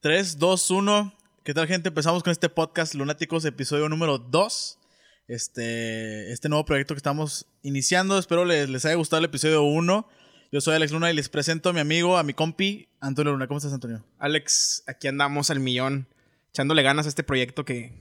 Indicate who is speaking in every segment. Speaker 1: 3, 2, 1. ¿Qué tal, gente? Empezamos con este podcast Lunáticos, episodio número 2. Este, este nuevo proyecto que estamos iniciando. Espero les, les haya gustado el episodio 1. Yo soy Alex Luna y les presento a mi amigo, a mi compi, Antonio Luna. ¿Cómo estás, Antonio?
Speaker 2: Alex, aquí andamos al millón, echándole ganas a este proyecto que,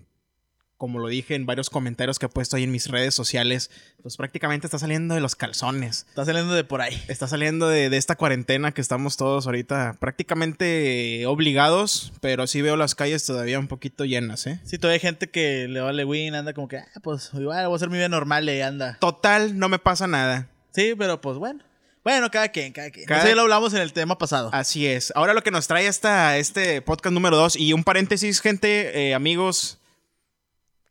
Speaker 2: como lo dije en varios comentarios que he puesto ahí en mis redes sociales, pues prácticamente está saliendo de los calzones.
Speaker 1: Estás saliendo de por ahí.
Speaker 2: Está saliendo de, de esta cuarentena que estamos todos ahorita prácticamente eh, obligados, pero sí veo las calles todavía un poquito llenas, ¿eh?
Speaker 1: Sí, todavía hay gente que le vale win, anda como que, ah, pues igual voy a hacer mi vida normal y anda.
Speaker 2: Total, no me pasa nada.
Speaker 1: Sí, pero pues bueno. Bueno, cada quien, cada quien.
Speaker 2: Cada-
Speaker 1: Eso ya lo hablamos en el tema pasado.
Speaker 2: Así es. Ahora lo que nos trae hasta este podcast número 2 y un paréntesis, gente, eh, amigos,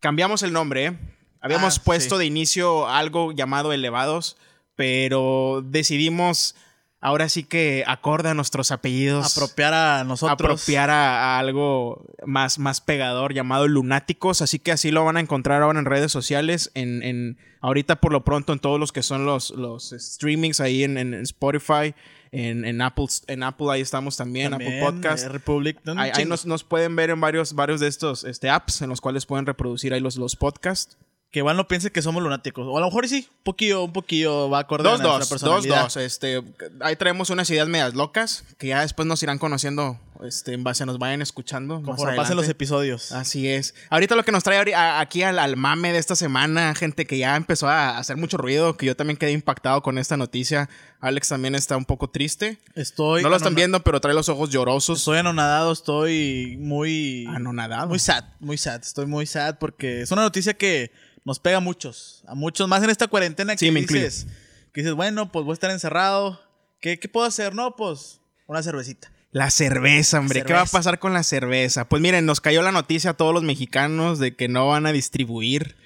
Speaker 2: cambiamos el nombre. ¿eh? Habíamos
Speaker 1: Ah,
Speaker 2: puesto
Speaker 1: sí.
Speaker 2: de inicio algo llamado Elevados, pero decidimos ahora sí que acorde a nuestros apellidos
Speaker 1: Apropiar a nosotros.
Speaker 2: apropiar a, a algo más, más pegador llamado Lunáticos. Así que así lo van a encontrar ahora en redes sociales. En, en- ahorita por lo pronto en todos los que son los, los streamings ahí en, en Spotify, en, en Apple, en Apple ahí estamos también,
Speaker 1: También,
Speaker 2: Apple Podcast.
Speaker 1: eh, Republic. ¿no?
Speaker 2: Ahí, ahí
Speaker 1: Chingo.
Speaker 2: nos, nos pueden ver en varios, varios de estos este, apps en los cuales pueden reproducir ahí los, los podcasts.
Speaker 1: Que igual no piense que somos lunáticos. O a lo mejor sí, un poquillo, un poquillo va acorde
Speaker 2: Dos,
Speaker 1: a nuestra
Speaker 2: dos, dos,
Speaker 1: personalidad.
Speaker 2: dos. Este, ahí traemos unas ideas medias locas que ya después nos irán conociendo este, en base, nos vayan escuchando. más
Speaker 1: Conforme pasen los
Speaker 2: adelante. Ah.
Speaker 1: episodios.
Speaker 2: Así es. Ahorita lo que nos trae ahori- a- aquí al, al mame de esta semana, gente que ya empezó a hacer mucho ruido, que yo también quedé impactado con esta noticia. Alex también está un poco triste.
Speaker 1: Estoy.
Speaker 2: no lo están
Speaker 1: anona-
Speaker 2: viendo, pero trae los ojos llorosos.
Speaker 1: Estoy anonadado, estoy muy.
Speaker 2: Anonadado.
Speaker 1: Muy sad, muy sad. Estoy muy sad porque es una noticia que nos pega a muchos. A muchos, más en esta cuarentena que
Speaker 2: Sí, me
Speaker 1: dices. Que dices, bueno, pues voy a estar encerrado. ¿Qué, qué puedo hacer? No, pues una cervecita.
Speaker 2: La cerveza, hombre. ¿Qué va a
Speaker 1: Cerveza.
Speaker 2: pasar con la cerveza? Pues miren, nos cayó la noticia a todos los mexicanos de que no van a distribuir.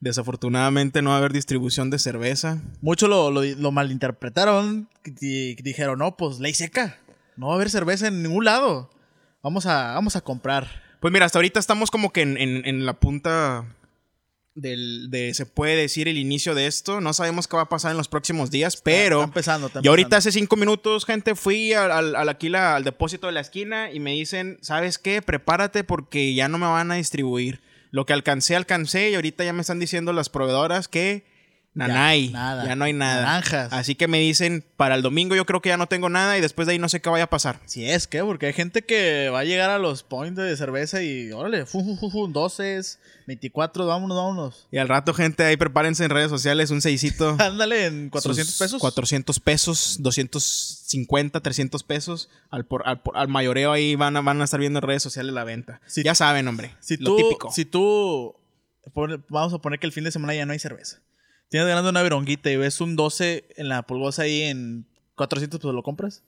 Speaker 2: Desafortunadamente no va a haber distribución de cerveza.
Speaker 1: Muchos lo, lo- lo malinterpretaron que di- que dijeron, no, pues ley seca. No va a haber cerveza en ningún lado. Vamos a, vamos a comprar.
Speaker 2: Pues mira, hasta ahorita estamos como que en, en- en la punta del, de, se puede decir, el inicio de esto. No sabemos qué va a pasar en los próximos días, pero...
Speaker 1: Está empezando, está
Speaker 2: yo ahorita
Speaker 1: empezando.
Speaker 2: hace cinco minutos, gente, fui al, al- al aquí la- al depósito de la esquina y me dicen, ¿sabes qué? Prepárate porque ya no me van a distribuir. Lo que alcancé, alcancé y ahorita ya me están diciendo las proveedoras que... Nanay, ya,
Speaker 1: nada.
Speaker 2: no hay nada.
Speaker 1: Naranjas.
Speaker 2: Así que me dicen, para el domingo yo creo que ya no tengo nada y después de ahí no sé qué vaya a pasar.
Speaker 1: Si es que, porque hay gente que va a llegar a los points de cerveza y órale, fu, fu, fu, fu, 12, 24, vámonos, vámonos.
Speaker 2: Y al rato, gente, ahí prepárense en redes sociales un seisito.
Speaker 1: Ándale en 400
Speaker 2: sus
Speaker 1: pesos.
Speaker 2: 400 pesos, 250, 300 pesos. Al, por- al, por- al mayoreo ahí van a, van a estar viendo en redes sociales la venta.
Speaker 1: Si-
Speaker 2: ya saben, hombre.
Speaker 1: Si
Speaker 2: lo
Speaker 1: tú,
Speaker 2: típico.
Speaker 1: si tú, pon- vamos a poner que el fin de semana ya no hay cerveza. Tienes ganando una vironguita y ves un 12 en la pulgosa ahí en 400, pues lo compras.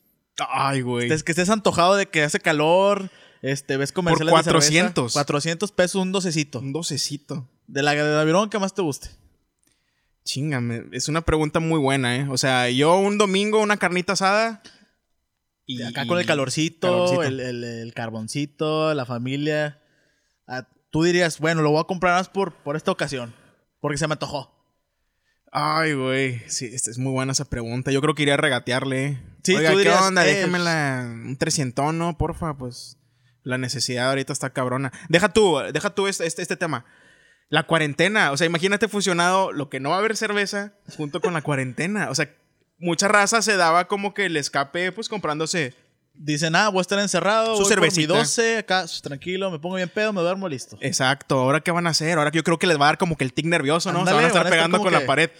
Speaker 2: Ay, güey.
Speaker 1: Estés- que estés antojado de que hace calor, este, ves comerciales de cerveza.
Speaker 2: 400.
Speaker 1: 400 pesos, un docecito.
Speaker 2: Un docecito.
Speaker 1: De la, de la vironga que más te guste.
Speaker 2: Chingame. Es una pregunta muy buena, ¿eh? O sea, yo un domingo una carnita asada. Y
Speaker 1: Acá con el calorcito,
Speaker 2: calorcito.
Speaker 1: El, el- el carboncito, la familia. Ah, tú dirías, bueno, lo voy a comprar más por, por esta ocasión. Porque se me antojó.
Speaker 2: Ay, güey. Sí, esta es muy buena esa pregunta. Yo creo que iría a regatearle. ¿eh?
Speaker 1: Sí,
Speaker 2: Oiga,
Speaker 1: tú
Speaker 2: ¿qué
Speaker 1: dirías,
Speaker 2: onda?
Speaker 1: eh,
Speaker 2: Déjamela un 300, ¿no? Porfa, pues. La necesidad ahorita está cabrona. Deja tú, deja tú este, este, este tema. La cuarentena. O sea, imagínate fusionado lo que no va a haber cerveza junto con la cuarentena. O sea, mucha raza se daba como que el escape, pues comprándose.
Speaker 1: Dicen, ah, voy a estar encerrado, voy
Speaker 2: Su
Speaker 1: por mi
Speaker 2: cervecita.
Speaker 1: 12, acá, sh, tranquilo, me pongo bien pedo, me duermo, listo.
Speaker 2: Exacto, ahora qué van a hacer? Ahora yo creo que les va a dar como que el tic nervioso, ¿no? se
Speaker 1: Ándale,
Speaker 2: van a estar
Speaker 1: van a estar
Speaker 2: pegando
Speaker 1: como
Speaker 2: con
Speaker 1: que-
Speaker 2: la pared.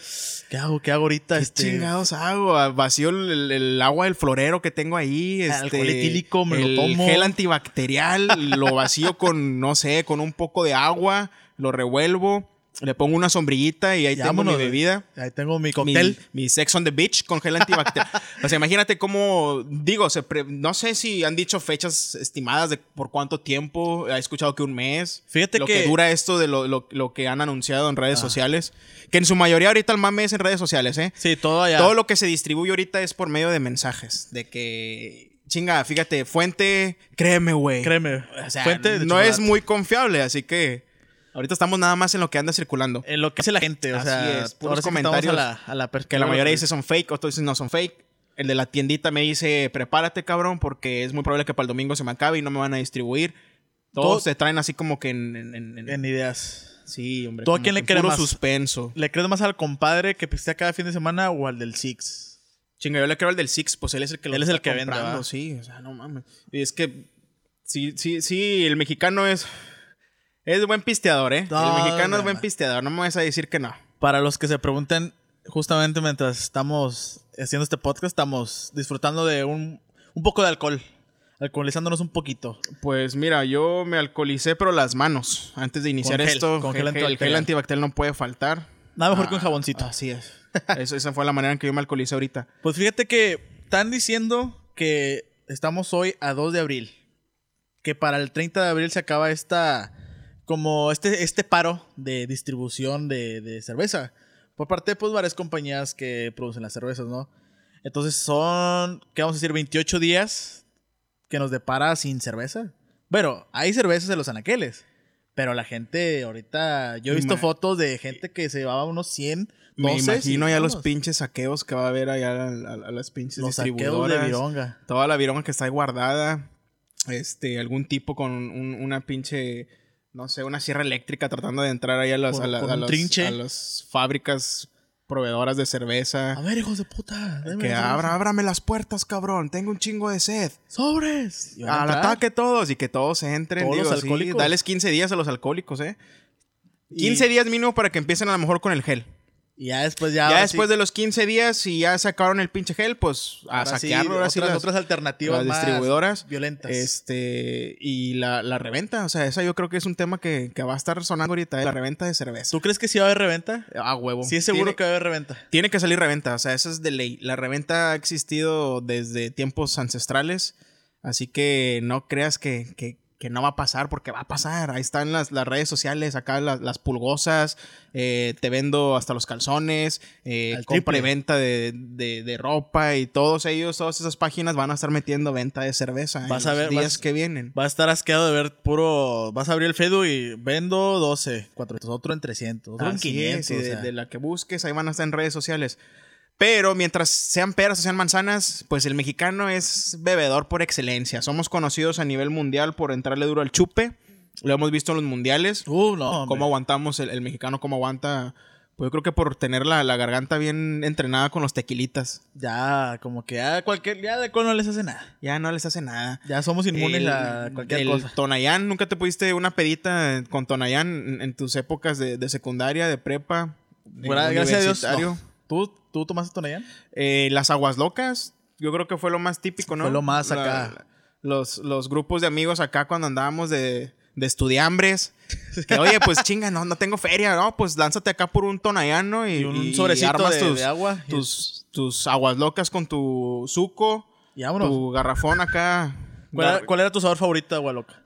Speaker 1: ¿Qué hago? ¿Qué hago ahorita?
Speaker 2: ¿Qué
Speaker 1: este,
Speaker 2: chingados hago? Ah, Vacío el, el- el agua del florero que tengo ahí. Este,
Speaker 1: Alcohol etílico, me lo
Speaker 2: el
Speaker 1: tomo.
Speaker 2: gel antibacterial, lo vacío con, no sé, con un poco de agua, lo revuelvo, le pongo una sombrillita y ahí
Speaker 1: ya
Speaker 2: tengo mi
Speaker 1: vámonos,
Speaker 2: bebida.
Speaker 1: Ahí tengo mi
Speaker 2: Mi,
Speaker 1: cóctel.
Speaker 2: mi sex on the beach con gel antibacterial. o sea, imagínate cómo, digo, se pre- no sé si han dicho fechas estimadas de por cuánto tiempo. He escuchado que un mes.
Speaker 1: Fíjate
Speaker 2: lo
Speaker 1: que-
Speaker 2: dura esto de lo, lo- lo que han anunciado en redes sociales. Que en su mayoría ahorita el mame es en redes sociales, ¿eh?
Speaker 1: Sí, todo allá.
Speaker 2: Todo lo que se distribuye ahorita es por medio de mensajes. De que, chinga, fíjate, fuente, créeme, güey.
Speaker 1: Créeme.
Speaker 2: O sea,
Speaker 1: fuente de
Speaker 2: no
Speaker 1: chocolate.
Speaker 2: es muy confiable, así que ahorita estamos nada más en lo que anda circulando.
Speaker 1: En Eh, lo que hace la gente, o
Speaker 2: Así
Speaker 1: sea, ahora
Speaker 2: es, puros
Speaker 1: sí que estamos
Speaker 2: comentarios
Speaker 1: a la, a la
Speaker 2: que la mayoría dice son fake, otros dicen no son fake. El de la tiendita me dice, prepárate, cabrón, porque es muy probable que para el domingo se me acabe y no me van a distribuir. Todos
Speaker 1: Todo-
Speaker 2: se traen así como que en... en- en- en-
Speaker 1: En ideas.
Speaker 2: sí, hombre.
Speaker 1: ¿Tú a
Speaker 2: como
Speaker 1: quién le
Speaker 2: que puro
Speaker 1: crees más?
Speaker 2: suspenso.
Speaker 1: ¿Le crees más al compadre que pistea cada fin de semana o al del Six?
Speaker 2: Chinga, yo le creo al del Six, pues él es el que lo
Speaker 1: Él es
Speaker 2: está
Speaker 1: el que vende,
Speaker 2: comprando,
Speaker 1: ¿verdad?
Speaker 2: Sí, o sea, no mames. Y es que sí, sí, sí, el mexicano es es buen pisteador, ¿eh?
Speaker 1: No,
Speaker 2: el mexicano
Speaker 1: no,
Speaker 2: es buen
Speaker 1: no.
Speaker 2: pisteador, no me vas a decir que no.
Speaker 1: Para los que se pregunten, justamente mientras estamos haciendo este podcast, estamos disfrutando de un, un poco de alcohol. Alcoholizándonos un poquito.
Speaker 2: Pues mira, yo me alcoholicé, pero las manos. Antes de iniciar
Speaker 1: Con gel,
Speaker 2: esto,
Speaker 1: con gel
Speaker 2: gel- gel- el
Speaker 1: antibacterial.
Speaker 2: gel antibacterial no puede faltar.
Speaker 1: Nada mejor
Speaker 2: Ah,
Speaker 1: que un jaboncito.
Speaker 2: Así es. Eso- esa fue la manera en que yo me alcoholicé ahorita.
Speaker 1: Pues fíjate que están diciendo que estamos hoy a 2 de abril. Que para el 30 de abril se acaba esta. Como este, este paro de distribución de, de cerveza. Por parte de pues, varias compañías que producen las cervezas, ¿no? Entonces son, ¿qué vamos a decir? 28 días que nos depara sin cerveza. Bueno, hay cervezas en los anaqueles. Pero la gente ahorita. Yo he visto
Speaker 2: Ma-
Speaker 1: fotos de gente que se llevaba unos 100.
Speaker 2: Me
Speaker 1: 12,
Speaker 2: imagino
Speaker 1: y
Speaker 2: ya los
Speaker 1: vámonos.
Speaker 2: pinches saqueos que va a haber allá a, a- a las pinches
Speaker 1: Los saqueos de
Speaker 2: distribuidoras.
Speaker 1: Vironga.
Speaker 2: toda la vironga que está ahí guardada. Este, algún tipo con un- una pinche, no sé, una sierra eléctrica tratando de entrar ahí a las,
Speaker 1: Con-
Speaker 2: a la-
Speaker 1: con
Speaker 2: a
Speaker 1: un
Speaker 2: las-
Speaker 1: trinche.
Speaker 2: a las fábricas proveedoras de
Speaker 1: A
Speaker 2: cerveza.
Speaker 1: ver, hijos de puta. denme
Speaker 2: Que
Speaker 1: las
Speaker 2: abra,
Speaker 1: cervezas.
Speaker 2: ábrame las puertas, cabrón. Tengo un chingo de sed.
Speaker 1: ¡Sobres! Y van a
Speaker 2: Al
Speaker 1: entrar.
Speaker 2: ataque todos y que todos entren.
Speaker 1: Todos los
Speaker 2: digo, sí,
Speaker 1: alcohólicos.
Speaker 2: dales 15 días a los alcohólicos, ¿eh?
Speaker 1: Y-
Speaker 2: 15 días mínimo para que empiecen a lo mejor con el gel.
Speaker 1: Y ya después ya.
Speaker 2: ya después de los 15 días, si ya sacaron el pinche gel, pues a saquearlo. ahora
Speaker 1: otras,
Speaker 2: sí las-
Speaker 1: otras alternativas
Speaker 2: las
Speaker 1: más
Speaker 2: distribuidoras,
Speaker 1: violentas.
Speaker 2: Este, y la, la reventa, o sea, esa yo creo que es un tema que, que va a estar sonando ahorita, eh, la reventa de cerveza.
Speaker 1: ¿Tú crees que sí va a haber reventa?
Speaker 2: A huevo.
Speaker 1: Sí, es seguro
Speaker 2: tiene,
Speaker 1: que va a haber reventa.
Speaker 2: Tiene que salir reventa, o sea, eso es de ley. La reventa ha existido desde tiempos ancestrales, así que no creas que, que- que no va a pasar, porque va a pasar. Ahí están las, las redes sociales, acá las, las pulgosas, eh, te vendo hasta los calzones, eh,
Speaker 1: Al
Speaker 2: compra y
Speaker 1: triple.
Speaker 2: venta de, de- de ropa y todos ellos, todas esas páginas van a estar metiendo venta de cerveza
Speaker 1: Vas
Speaker 2: en
Speaker 1: a
Speaker 2: los
Speaker 1: ver,
Speaker 2: días
Speaker 1: vas-
Speaker 2: que vienen.
Speaker 1: Va a estar asqueado de ver puro. Vas a abrir el Fedu y vendo 12, 400, otro en 300, otro en
Speaker 2: Así
Speaker 1: 500.
Speaker 2: es, y
Speaker 1: o
Speaker 2: de,
Speaker 1: sea.
Speaker 2: de la que busques, ahí van a estar en redes sociales. Pero mientras sean peras o sean manzanas, pues el mexicano es bebedor por excelencia. Somos conocidos a nivel mundial por entrarle duro al chupe. Lo hemos visto en los mundiales.
Speaker 1: Uh, no. hombre.
Speaker 2: cómo aguantamos el, el mexicano, cómo aguanta. Pues yo creo que por tener la, la garganta bien entrenada con los tequilitas.
Speaker 1: Ya, como que ya cualquier. Ya de alcohol no les hace nada.
Speaker 2: Ya no les hace nada.
Speaker 1: Ya somos inmunes
Speaker 2: El-
Speaker 1: a cualquier
Speaker 2: el
Speaker 1: cosa.
Speaker 2: Tonayán, ¿nunca te pudiste una pedita con Tonayán en, en tus épocas de, de secundaria, de prepa? de
Speaker 1: Gra- Gracias a Dios.
Speaker 2: universitario?
Speaker 1: no. ¿Tú, ¿Tú tomaste Tonayán?
Speaker 2: Eh, las aguas locas, yo creo que fue lo más típico, ¿no?
Speaker 1: Fue lo más
Speaker 2: La-
Speaker 1: acá.
Speaker 2: los, los grupos de amigos acá cuando andábamos de, de estudiambres. Que, oye, pues chinga, no, no tengo feria, no, pues lánzate acá por un tonayano y,
Speaker 1: Y un
Speaker 2: y
Speaker 1: sobrecito
Speaker 2: armas
Speaker 1: de-
Speaker 2: tus,
Speaker 1: de agua y-
Speaker 2: Tus, tus aguas locas con tu suco,
Speaker 1: Y vámonos.
Speaker 2: tu garrafón acá.
Speaker 1: ¿Cuál, era-
Speaker 2: Gar-
Speaker 1: cuál era tu sabor favorito de agua loca?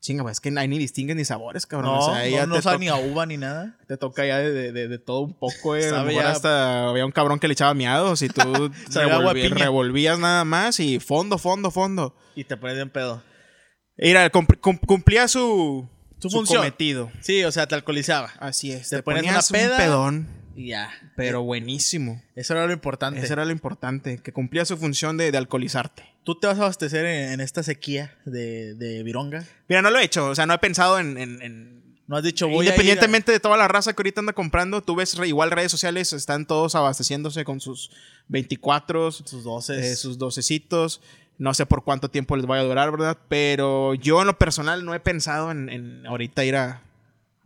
Speaker 2: Chinga, pues, es que ahí ni distinguen ni sabores, cabrón.
Speaker 1: No,
Speaker 2: o sea, ahí ya
Speaker 1: no, no
Speaker 2: te
Speaker 1: sabe
Speaker 2: toca-
Speaker 1: ni a uva ni nada.
Speaker 2: te toca ya de, de- de- de todo un poco, eh. A lo
Speaker 1: Sabe
Speaker 2: mejor
Speaker 1: ya-
Speaker 2: hasta había un cabrón que le echaba miados y tú
Speaker 1: Sabe agua a
Speaker 2: revolvi-
Speaker 1: piña.
Speaker 2: revolvías nada más y fondo, fondo, fondo.
Speaker 1: Y te pones bien pedo.
Speaker 2: Mira, cumpl- cum- cumplía su,
Speaker 1: Su función.
Speaker 2: cometido.
Speaker 1: Sí, o sea, te alcoholizaba.
Speaker 2: Así es.
Speaker 1: Te
Speaker 2: Te,
Speaker 1: ponías
Speaker 2: ponías
Speaker 1: una peda.
Speaker 2: un pedón,
Speaker 1: Y ya.
Speaker 2: pero buenísimo.
Speaker 1: Eso era lo importante.
Speaker 2: Eso era lo importante, que cumplía su función de, de alcoholizarte.
Speaker 1: Tú te vas a abastecer en, en esta sequía de, de Vironga.
Speaker 2: Mira, no lo he hecho, o sea, no he pensado en... en- en-
Speaker 1: No has dicho, voy a ir a-
Speaker 2: Independientemente de toda la raza que ahorita anda comprando, tú ves re- igual redes sociales, están todos abasteciéndose con sus 24,
Speaker 1: sus doces.
Speaker 2: eh, sus docecitos. No sé por cuánto tiempo les vaya a durar, ¿verdad? Pero yo en lo personal no he pensado en, en ahorita ir a,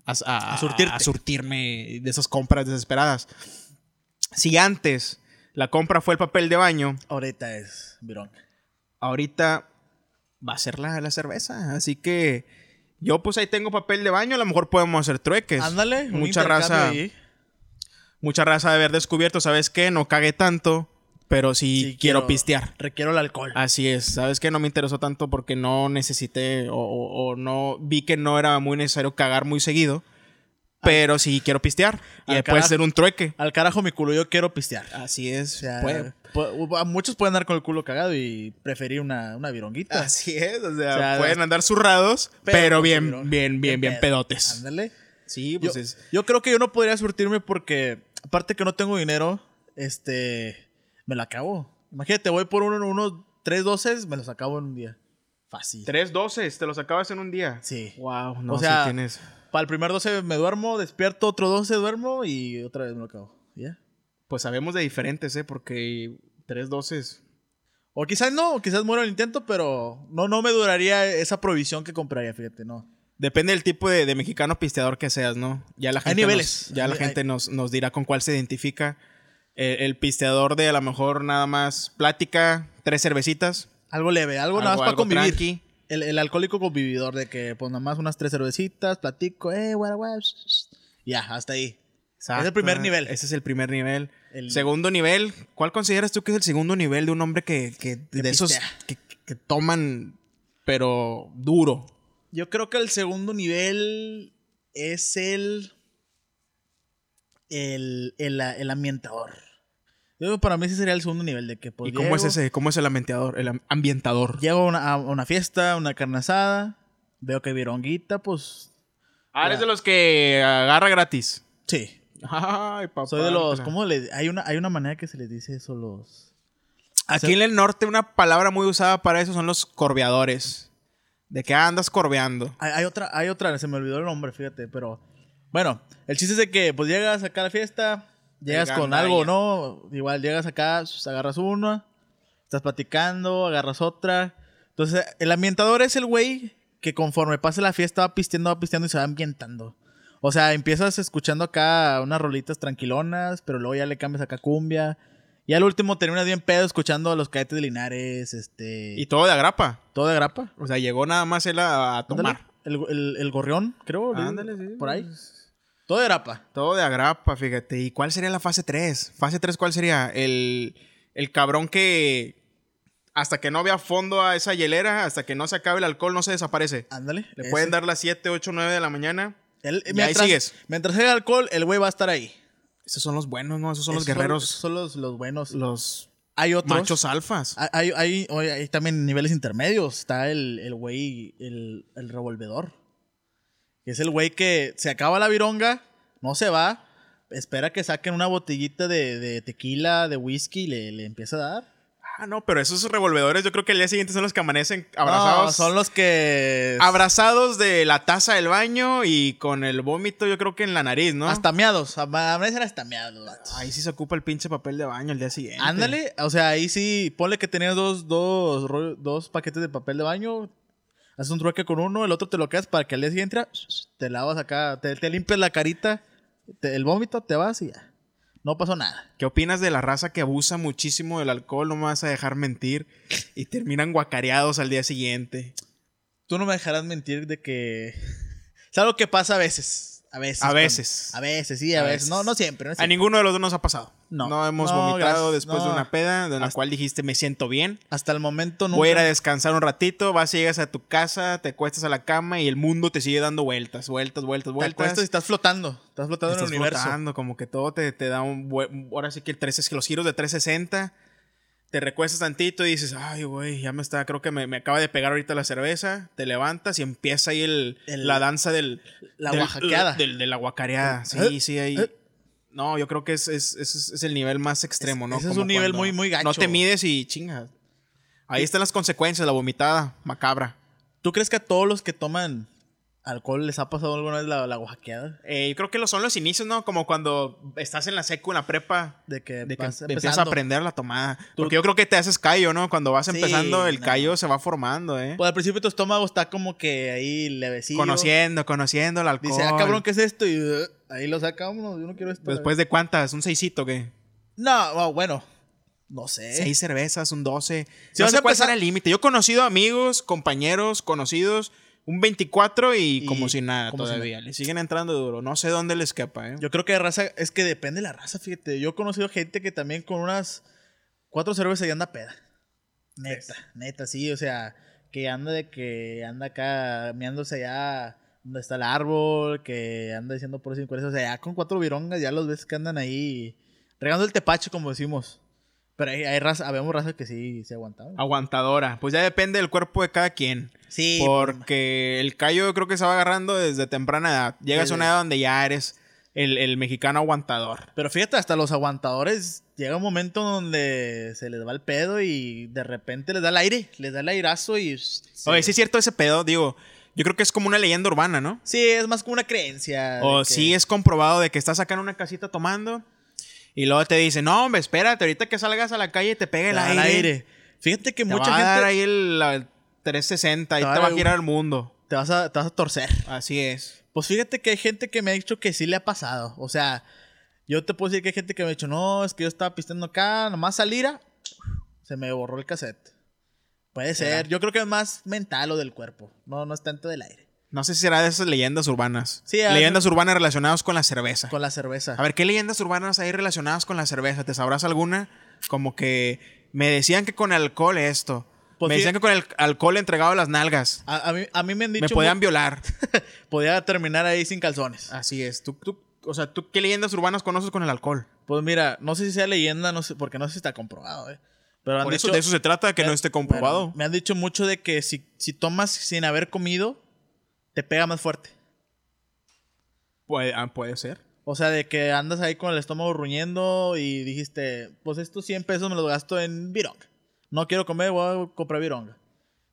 Speaker 2: a, a-
Speaker 1: A surtirte.
Speaker 2: a surtirme de esas compras desesperadas. Si antes la compra fue el papel de baño,
Speaker 1: Ahorita es Vironga.
Speaker 2: ahorita va a ser la, la cerveza. Así que yo pues ahí tengo papel de baño, a lo mejor podemos hacer trueques.
Speaker 1: Ándale. un
Speaker 2: mucha
Speaker 1: intercambio
Speaker 2: raza,
Speaker 1: ahí.
Speaker 2: mucha raza de haber descubierto, ¿sabes qué? No cagué tanto, pero sí,
Speaker 1: Sí,
Speaker 2: quiero pistear.
Speaker 1: Requiero el alcohol.
Speaker 2: Así es, sabes que no me interesó tanto porque no necesité o, o- o no vi que no era muy necesario cagar muy seguido,
Speaker 1: Ah.
Speaker 2: pero sí quiero pistear y
Speaker 1: Al
Speaker 2: ahí puede
Speaker 1: carajo.
Speaker 2: ser un trueque.
Speaker 1: Al carajo mi culo, yo quiero pistear.
Speaker 2: Así es,
Speaker 1: O sea,
Speaker 2: puede-
Speaker 1: pu- muchos pueden andar con el culo cagado y preferir una, una vironguita.
Speaker 2: así es, o sea,
Speaker 1: O sea,
Speaker 2: pueden andar zurrados, pero, bien,
Speaker 1: Vironga.
Speaker 2: bien, bien, bien
Speaker 1: pedo.
Speaker 2: pedotes.
Speaker 1: Ándale.
Speaker 2: Sí,
Speaker 1: Yo,
Speaker 2: pues es-
Speaker 1: yo creo que yo no podría surtirme porque, aparte que no tengo dinero, este, me lo acabo. Imagínate, voy por uno, unos tres doces, me los acabo en un día. Fácil.
Speaker 2: Tres doces, te los acabas en un día.
Speaker 1: Sí.
Speaker 2: Wow, no,
Speaker 1: O
Speaker 2: o
Speaker 1: sea,
Speaker 2: sea, tienes.
Speaker 1: Para el primer doce me duermo, despierto otro doce, duermo y otra vez me lo acabo. ¿Ya?
Speaker 2: Pues sabemos de diferentes, ¿eh? Porque tres doces.
Speaker 1: O quizás no, o quizás muero en el intento, pero no, no me duraría esa provisión que compraría, fíjate, no.
Speaker 2: Depende del tipo de, de mexicano pisteador que seas, ¿no? Ya la
Speaker 1: Hay
Speaker 2: gente,
Speaker 1: niveles.
Speaker 2: Nos, ya la
Speaker 1: Hay-
Speaker 2: gente nos, nos dirá con cuál se identifica. Eh, el pisteador de a lo mejor nada más plática, tres cervecitas.
Speaker 1: Algo leve, algo, nada
Speaker 2: Algo-
Speaker 1: más para
Speaker 2: algo
Speaker 1: convivir.
Speaker 2: tranqui.
Speaker 1: El, el alcohólico convividor de que, pues nada más unas tres cervecitas, platico, eh, what what, sh- sh- Ya, hasta ahí. Es el primer nivel.
Speaker 2: Ese es el primer nivel.
Speaker 1: El-
Speaker 2: Segundo nivel. ¿Cuál consideras tú que es el segundo nivel de un hombre que, que- de
Speaker 1: Que
Speaker 2: esos
Speaker 1: pistea.
Speaker 2: que, que toman, pero duro?
Speaker 1: Yo creo que el segundo nivel es el. El, el, el ambientador. Yo creo que para mí ese sería el segundo nivel de que, pues.
Speaker 2: ¿Y cómo es
Speaker 1: llego-
Speaker 2: ese? ¿Cómo es el ambientador? El am- ambientador.
Speaker 1: Llego a una, a una fiesta, una carne asada, veo que vironguita, pues.
Speaker 2: Ah, eres de los que agarra gratis.
Speaker 1: Sí,
Speaker 2: Ay, papá.
Speaker 1: Soy de los. ¿Cómo le.? Hay una, hay una manera que se les dice eso, los.
Speaker 2: Aquí en el norte una palabra muy usada para eso son los corbeadores. De que andas corbeando.
Speaker 1: Hay, hay otra, hay otra, se me olvidó el nombre, fíjate, pero. Bueno, el chiste es de que, pues llegas acá a la fiesta, llegas con
Speaker 2: gandalla.
Speaker 1: algo, ¿no? Igual llegas acá, agarras una, estás platicando, agarras otra. Entonces, el ambientador es el güey que conforme pase la fiesta va pisteando, va pisteando y se va ambientando. O sea, empiezas escuchando acá unas rolitas tranquilonas, pero luego ya le cambias acá cumbia. Y al último terminas bien pedo escuchando a los cadetes de Linares, este...
Speaker 2: Y todo de agrapa.
Speaker 1: todo de grapa.
Speaker 2: O sea, llegó nada más él a, a tomar.
Speaker 1: Ándale. El, el- el gorrión, creo. le-
Speaker 2: Ándale, sí.
Speaker 1: Por ahí. Todo de grapa.
Speaker 2: Todo de agrapa, fíjate. ¿Y cuál sería la fase 3? Fase 3, ¿cuál sería? El, el cabrón que hasta que no vea fondo a esa hielera, hasta que no se acabe el alcohol, no se desaparece.
Speaker 1: Ándale.
Speaker 2: Le
Speaker 1: ese.
Speaker 2: pueden dar las 7, 8, 9 de la mañana.
Speaker 1: Él-
Speaker 2: y ahí
Speaker 1: mientras,
Speaker 2: sigues.
Speaker 1: Mientras haya alcohol, el güey va a estar ahí.
Speaker 2: Esos son los buenos, ¿no? Esos son los
Speaker 1: Esos
Speaker 2: guerreros,
Speaker 1: Son, los, los buenos.
Speaker 2: los
Speaker 1: hay otros.
Speaker 2: machos alfas.
Speaker 1: Hay, hay, hay- oye, hay también niveles intermedios. Está el, el güey, el, el revolvedor. Que es el güey que se acaba la vironga, no se va, espera que saquen una botellita de, de tequila, de whisky y le, le empieza a dar.
Speaker 2: Ah, no, pero esos revolvedores yo creo que el día siguiente son los que amanecen
Speaker 1: No,
Speaker 2: abrazados.
Speaker 1: Ah, son los que...
Speaker 2: Abrazados de la taza del baño y con el vómito yo creo que en la nariz, ¿no? Ah,
Speaker 1: Hasta meados. Amanecen hasta meados los vatos.
Speaker 2: Ahí sí se ocupa el pinche papel de baño el día siguiente.
Speaker 1: Ándale, o sea, ahí sí, ponle que tenías dos, dos, rollo- dos paquetes de papel de baño, haces un trueque con uno, el otro te lo quedas para que al día siguiente te lavas acá, te, te limpias la carita, te- el vómito, te vas y ya. No pasó nada.
Speaker 2: ¿Qué opinas de la raza que abusa muchísimo del alcohol? No me vas a dejar mentir. Y terminan guacareados al día siguiente.
Speaker 1: Tú no me dejarás mentir de que... Es algo que pasa a veces. A veces.
Speaker 2: A
Speaker 1: cuando-
Speaker 2: veces.
Speaker 1: a veces, sí, a,
Speaker 2: A
Speaker 1: veces.
Speaker 2: veces.
Speaker 1: No, no siempre. No
Speaker 2: A
Speaker 1: siempre.
Speaker 2: ninguno de los dos nos ha pasado.
Speaker 1: No.
Speaker 2: hemos
Speaker 1: No,
Speaker 2: vomitado
Speaker 1: gracias.
Speaker 2: después de
Speaker 1: No.
Speaker 2: una peda, de la
Speaker 1: Hasta-
Speaker 2: cual dijiste me siento bien.
Speaker 1: Hasta el momento nunca.
Speaker 2: Voy a ir a descansar un ratito, vas y llegas a tu casa, te cuestas a la cama y el mundo te sigue dando vueltas, vueltas, vueltas,
Speaker 1: te
Speaker 2: vueltas.
Speaker 1: acuestas y estás flotando. Estás flotando en
Speaker 2: Estás
Speaker 1: el universo.
Speaker 2: flotando, como que todo te, te da un buen... Ahora sí que el 3 es que los giros de 360. Te recuestas tantito y dices, ay, güey, ya me está, creo que me, me acaba de pegar ahorita la cerveza. Te levantas y empieza ahí el,
Speaker 1: El-
Speaker 2: la danza del...
Speaker 1: La
Speaker 2: del-
Speaker 1: guajaqueada.
Speaker 2: del- de la guacareada.
Speaker 1: Eh,
Speaker 2: Sí, sí, ahí...
Speaker 1: eh.
Speaker 2: No, yo creo que es, es, es- es el nivel más extremo,
Speaker 1: Es-
Speaker 2: ¿no?
Speaker 1: ese es
Speaker 2: Como
Speaker 1: un nivel
Speaker 2: cuando
Speaker 1: muy- muy
Speaker 2: No
Speaker 1: gacho.
Speaker 2: te mides y chingas. Ahí están las consecuencias, la vomitada macabra.
Speaker 1: ¿Tú crees que a todos los que toman alcohol les ha pasado alguna vez la, la guajaqueada?
Speaker 2: Eh, yo creo que lo son los inicios, ¿no? Como cuando estás en la secu, en la prepa,
Speaker 1: De que,
Speaker 2: de que
Speaker 1: vas
Speaker 2: empiezas a
Speaker 1: empezando.
Speaker 2: aprender la tomada.
Speaker 1: Tú-
Speaker 2: Porque yo creo que te haces callo, ¿no? Cuando vas
Speaker 1: Sí,
Speaker 2: empezando, el
Speaker 1: no.
Speaker 2: callo se va formando, ¿eh?
Speaker 1: Pues al principio tu estómago está como que ahí levecillo.
Speaker 2: conociendo, conociendo el alcohol.
Speaker 1: Dice, ah, cabrón, ¿qué es esto? Y uh, ahí lo saca uno, yo no quiero esto.
Speaker 2: Después de cuántas, un seisito, ¿qué?
Speaker 1: No, no, bueno, no sé.
Speaker 2: Seis cervezas, un doce.
Speaker 1: Si
Speaker 2: no
Speaker 1: vas
Speaker 2: sé
Speaker 1: a
Speaker 2: cuál
Speaker 1: empezar-
Speaker 2: será el límite. Yo he conocido amigos, compañeros, conocidos, un 24 y,
Speaker 1: Y
Speaker 2: como si nada
Speaker 1: como si
Speaker 2: todavía. Le siguen entrando duro. No sé dónde les escapa, ¿eh?
Speaker 1: Yo creo que de raza, es que depende de la raza, fíjate. Yo he conocido gente que también con unas cuatro cervezas ya anda peda. Neta, neta, sí, o sea, que anda de que anda acá meándose allá donde está el árbol, que anda diciendo por cinco o sea, ya con cuatro virongas ya los ves que andan ahí regando el tepache, como decimos. Pero hay, hay raza, habemos raza que sí se
Speaker 2: Ah,
Speaker 1: aguantaban.
Speaker 2: Aguantadora. Pues ya depende del cuerpo de cada quien.
Speaker 1: Sí,
Speaker 2: Porque el callo yo creo que se va agarrando desde temprana edad. Llegas a una edad donde ya eres el, el mexicano aguantador.
Speaker 1: Pero fíjate, hasta los aguantadores llega un momento donde se les va el pedo y de repente les da el aire, les da el airazo y. se-
Speaker 2: Oye, sí es cierto ese pedo, digo, yo creo que es como una leyenda urbana, ¿no?
Speaker 1: Sí, es más como una creencia. Ah, de
Speaker 2: O
Speaker 1: que-
Speaker 2: Oh, sí es comprobado de que estás acá en una casita tomando y luego te dicen, no, hombre, espérate, ahorita que salgas a la calle te pega
Speaker 1: te
Speaker 2: el
Speaker 1: da
Speaker 2: aire.
Speaker 1: el aire. Fíjate que
Speaker 2: Te
Speaker 1: mucha
Speaker 2: va a dar
Speaker 1: gente.
Speaker 2: ahí el la 360 y
Speaker 1: Te va
Speaker 2: te,
Speaker 1: a
Speaker 2: va
Speaker 1: dar
Speaker 2: a
Speaker 1: un-
Speaker 2: girar el mundo.
Speaker 1: Te, vas a, te vas a torcer.
Speaker 2: Así es.
Speaker 1: Pues fíjate que hay gente que me ha dicho que sí le ha pasado. O sea, yo te puedo decir que hay gente que me ha dicho, no, es que yo estaba pisteando acá, nomás salir a- se me borró el cassette. Puede
Speaker 2: ¿Será?
Speaker 1: ser. Yo creo que es más mental o del cuerpo. No, no es tanto del aire.
Speaker 2: No sé si será de esas leyendas urbanas.
Speaker 1: Sí, a-
Speaker 2: leyendas urbanas relacionadas con la cerveza.
Speaker 1: Con la cerveza.
Speaker 2: A ver, ¿qué leyendas urbanas hay relacionadas con la cerveza? ¿Te sabrás alguna? Como que me decían que con alcohol esto.
Speaker 1: Pues
Speaker 2: me
Speaker 1: sí.
Speaker 2: decían que con el alcohol entregado a las nalgas.
Speaker 1: A, a mí, a mí me han dicho
Speaker 2: Me podían Ah. violar.
Speaker 1: mu- podía terminar ahí sin calzones.
Speaker 2: Así es. Tú, tú, o sea, ¿tú qué leyendas urbanas conoces con el alcohol?
Speaker 1: Pues mira, no sé si sea leyenda, no sé, porque no sé si está comprobado, eh. Pero han
Speaker 2: Por
Speaker 1: dicho,
Speaker 2: eso, de eso se trata, que
Speaker 1: me-
Speaker 2: no esté comprobado.
Speaker 1: bueno, me han dicho mucho de que si, si tomas sin haber comido, te pega más fuerte.
Speaker 2: Puede, ah, puede ser.
Speaker 1: O sea, de que andas ahí con el estómago ruñendo y dijiste, pues estos 100 pesos me los gasto en vironga. No quiero comer, voy a comprar vironga.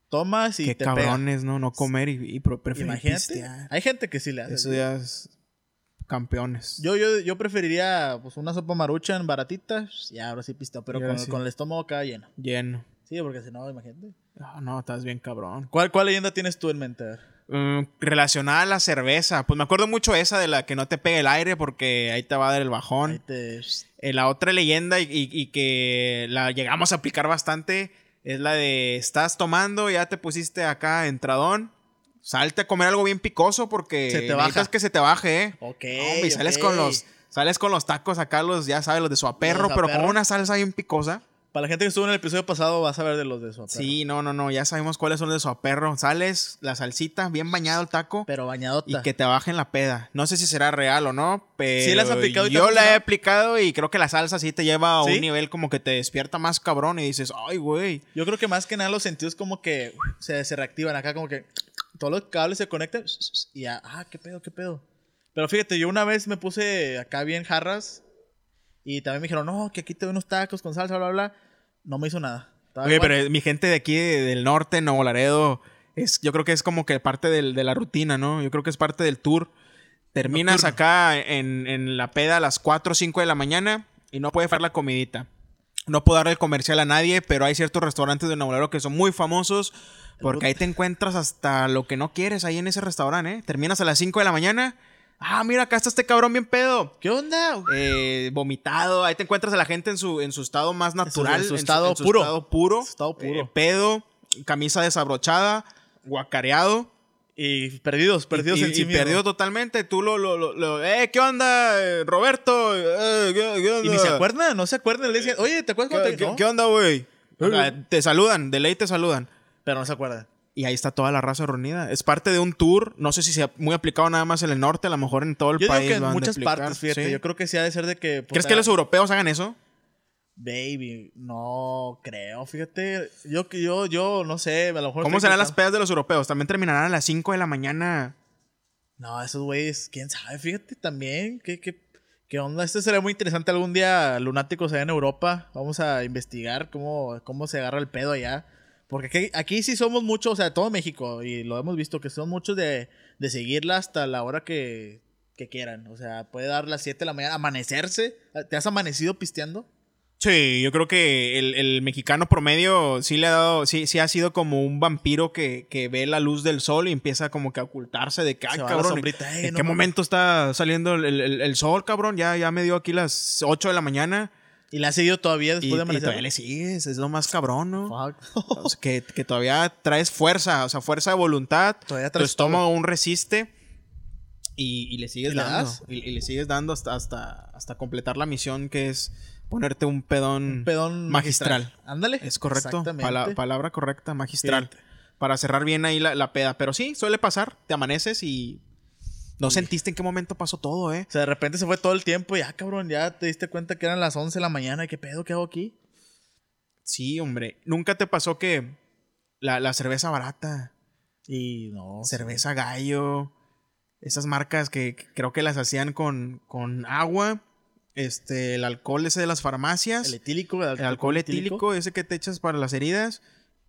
Speaker 1: Tomas y
Speaker 2: Qué
Speaker 1: te pega.
Speaker 2: cabrones, ¿no? No comer y, y pro- preferir
Speaker 1: Imagínate.
Speaker 2: pistear.
Speaker 1: Hay gente que sí le hace.
Speaker 2: Esos días campeones.
Speaker 1: Yo, yo, yo preferiría pues, una sopa marucha en baratita y ahora sí pisteo, pero
Speaker 2: Y ahora
Speaker 1: con,
Speaker 2: sí.
Speaker 1: con el estómago acá lleno.
Speaker 2: Lleno.
Speaker 1: Sí, porque si no, imagínate.
Speaker 2: Ah, no, estás bien cabrón.
Speaker 1: ¿Cuál, cuál leyenda tienes tú en mente? A ver.
Speaker 2: Mm, relacionada a la cerveza. Pues me acuerdo mucho esa de la que no te pegue el aire porque ahí te va a dar el bajón.
Speaker 1: Ahí te-
Speaker 2: Eh, la otra leyenda y, y- y que la llegamos a aplicar bastante es la de estás tomando, ya te pusiste acá entradón, salte a comer algo bien picoso porque
Speaker 1: Se te
Speaker 2: necesitas
Speaker 1: baja.
Speaker 2: que se te baje, ¿eh?
Speaker 1: Ok.
Speaker 2: No, hombre, y sales
Speaker 1: ok.
Speaker 2: con los sales con los tacos acá los ya sabes los de su aperro,
Speaker 1: Los
Speaker 2: pero con
Speaker 1: aperro.
Speaker 2: una salsa bien picosa.
Speaker 1: Para la gente que estuvo en el episodio pasado, vas a ver de los de eso.
Speaker 2: Sí, no, no, no, ya sabemos cuáles son los de su aperro. Sales la salsita bien bañado el taco.
Speaker 1: Pero bañadota.
Speaker 2: Y que te bajen la peda. No sé si será real o no, pero
Speaker 1: Sí, la has aplicado y te ha
Speaker 2: yo la he
Speaker 1: funcionado.
Speaker 2: aplicado y creo que la salsa sí te lleva a
Speaker 1: ¿Sí?
Speaker 2: un nivel como que te despierta más cabrón y dices, ay, güey.
Speaker 1: Yo creo que más que nada los sentidos como que uf, se, se reactivan acá, como que todos los cables se conectan y ya, ah, qué pedo, qué pedo. Pero fíjate, yo una vez me puse acá bien jarras y también me dijeron, no, que aquí te doy unos tacos con salsa, bla, bla, bla. No me hizo nada. Estaba
Speaker 2: Oye,
Speaker 1: igual.
Speaker 2: pero eh, mi gente de aquí, de- del norte, Nuevo Laredo, es, yo creo que es como que parte del- de la rutina, ¿no? Yo creo que es parte del tour. Terminas
Speaker 1: Nocturno.
Speaker 2: acá en, en la peda a las 4 o 5 de la mañana y no puede faltar la comidita. No puedo dar el comercial a nadie, pero hay ciertos restaurantes de Nuevo Laredo que son muy famosos porque ahí te encuentras hasta lo que no quieres ahí en ese restaurante, ¿eh? Terminas a las 5 de la mañana. Ah, mira, acá está este cabrón bien pedo
Speaker 1: ¿Qué onda?
Speaker 2: eh, vomitado. Ahí te encuentras a la gente en su, en su estado más natural.
Speaker 1: en su estado puro.
Speaker 2: estado puro.
Speaker 1: Estado puro.
Speaker 2: Eh, pedo, camisa desabrochada, guacareado.
Speaker 1: Y perdidos, perdidos
Speaker 2: y,
Speaker 1: en
Speaker 2: y-
Speaker 1: sí
Speaker 2: y
Speaker 1: mismos.
Speaker 2: perdido totalmente. Tú lo, lo, lo- lo- eh, ¿qué onda, eh, Roberto? Eh, ¿qué, qué onda?
Speaker 1: Y ni se acuerdan, no se acuerdan. Le decían, oye, ¿te acuerdas cuando
Speaker 2: ¿Qué,
Speaker 1: te...
Speaker 2: qué-
Speaker 1: No, Eh,
Speaker 2: qué onda, güey? O sea, te saludan, de ley te saludan.
Speaker 1: Pero no se acuerdan.
Speaker 2: Y ahí está toda la raza reunida. Es parte de un tour. No sé si sea muy aplicado nada más en el norte, a lo mejor en todo el
Speaker 1: Yo digo
Speaker 2: país.
Speaker 1: que en
Speaker 2: lo han de
Speaker 1: muchas
Speaker 2: aplicar.
Speaker 1: partes, fíjate.
Speaker 2: Sí.
Speaker 1: Yo creo que sí ha de ser de que... pues,
Speaker 2: ¿Crees
Speaker 1: puta,
Speaker 2: que los europeos hagan eso?
Speaker 1: Baby, no creo, fíjate, yo que yo, yo no sé, a lo mejor.
Speaker 2: ¿Cómo
Speaker 1: estoy
Speaker 2: serán las
Speaker 1: equivocado.
Speaker 2: pedas de los europeos? ¿También terminarán a las 5 de la mañana?
Speaker 1: No, esos güeyes, quién sabe, fíjate también, qué, qué, qué onda. Esto será muy interesante algún día, lunáticos allá en Europa. Vamos a investigar cómo, cómo se agarra el pedo allá. Porque aquí, aquí sí somos muchos, o sea, todo México, y lo hemos visto, que son muchos de, de seguirla hasta la hora que, que quieran. O sea, puede dar las 7 de la mañana, amanecerse. ¿Te has amanecido pisteando?
Speaker 2: Sí, yo creo que el, el mexicano promedio sí le ha dado, sí, sí ha sido como un vampiro que, que ve la luz del sol y empieza como que a ocultarse de que, ay,
Speaker 1: Se va la
Speaker 2: cabrón,
Speaker 1: sombrita, eh,
Speaker 2: ¿en
Speaker 1: no
Speaker 2: qué
Speaker 1: mames".
Speaker 2: momento está saliendo el, el- el sol, cabrón? Ya, ya me dio aquí las 8 de la mañana
Speaker 1: ¿Y la has seguido todavía después
Speaker 2: y,
Speaker 1: de
Speaker 2: y
Speaker 1: amanecer?
Speaker 2: todavía le sigues, es lo más cabrón, ¿no?
Speaker 1: Fuck.
Speaker 2: O sea, que, que todavía traes fuerza, o sea, fuerza de voluntad,
Speaker 1: Todavía
Speaker 2: tu
Speaker 1: traes
Speaker 2: estómago aún resiste y, y le sigues
Speaker 1: ¿Y le
Speaker 2: dando.
Speaker 1: das?
Speaker 2: Y, y le sigues dando hasta, hasta, hasta completar la misión que es ponerte un pedón,
Speaker 1: pedón
Speaker 2: magistral.
Speaker 1: Ándale.
Speaker 2: Es correcto,
Speaker 1: Exactamente.
Speaker 2: pala- palabra correcta, magistral.
Speaker 1: Fíjate.
Speaker 2: Para cerrar bien ahí la, la peda. Pero sí, suele pasar, te amaneces y no sentiste en qué momento pasó todo, ¿eh?
Speaker 1: O sea, de repente se fue todo el tiempo y ya, cabrón, ya te diste cuenta que eran las 11 de la mañana. ¿Qué pedo? ¿Qué hago aquí?
Speaker 2: Sí, hombre. ¿Nunca te pasó que la, la cerveza barata,
Speaker 1: Y no.
Speaker 2: cerveza gallo, esas marcas que que creo que las hacían con, con agua, este, el alcohol ese de las farmacias,
Speaker 1: El
Speaker 2: el,
Speaker 1: etílico, el alcohol,
Speaker 2: alcohol etílico, ese que te echas para las heridas.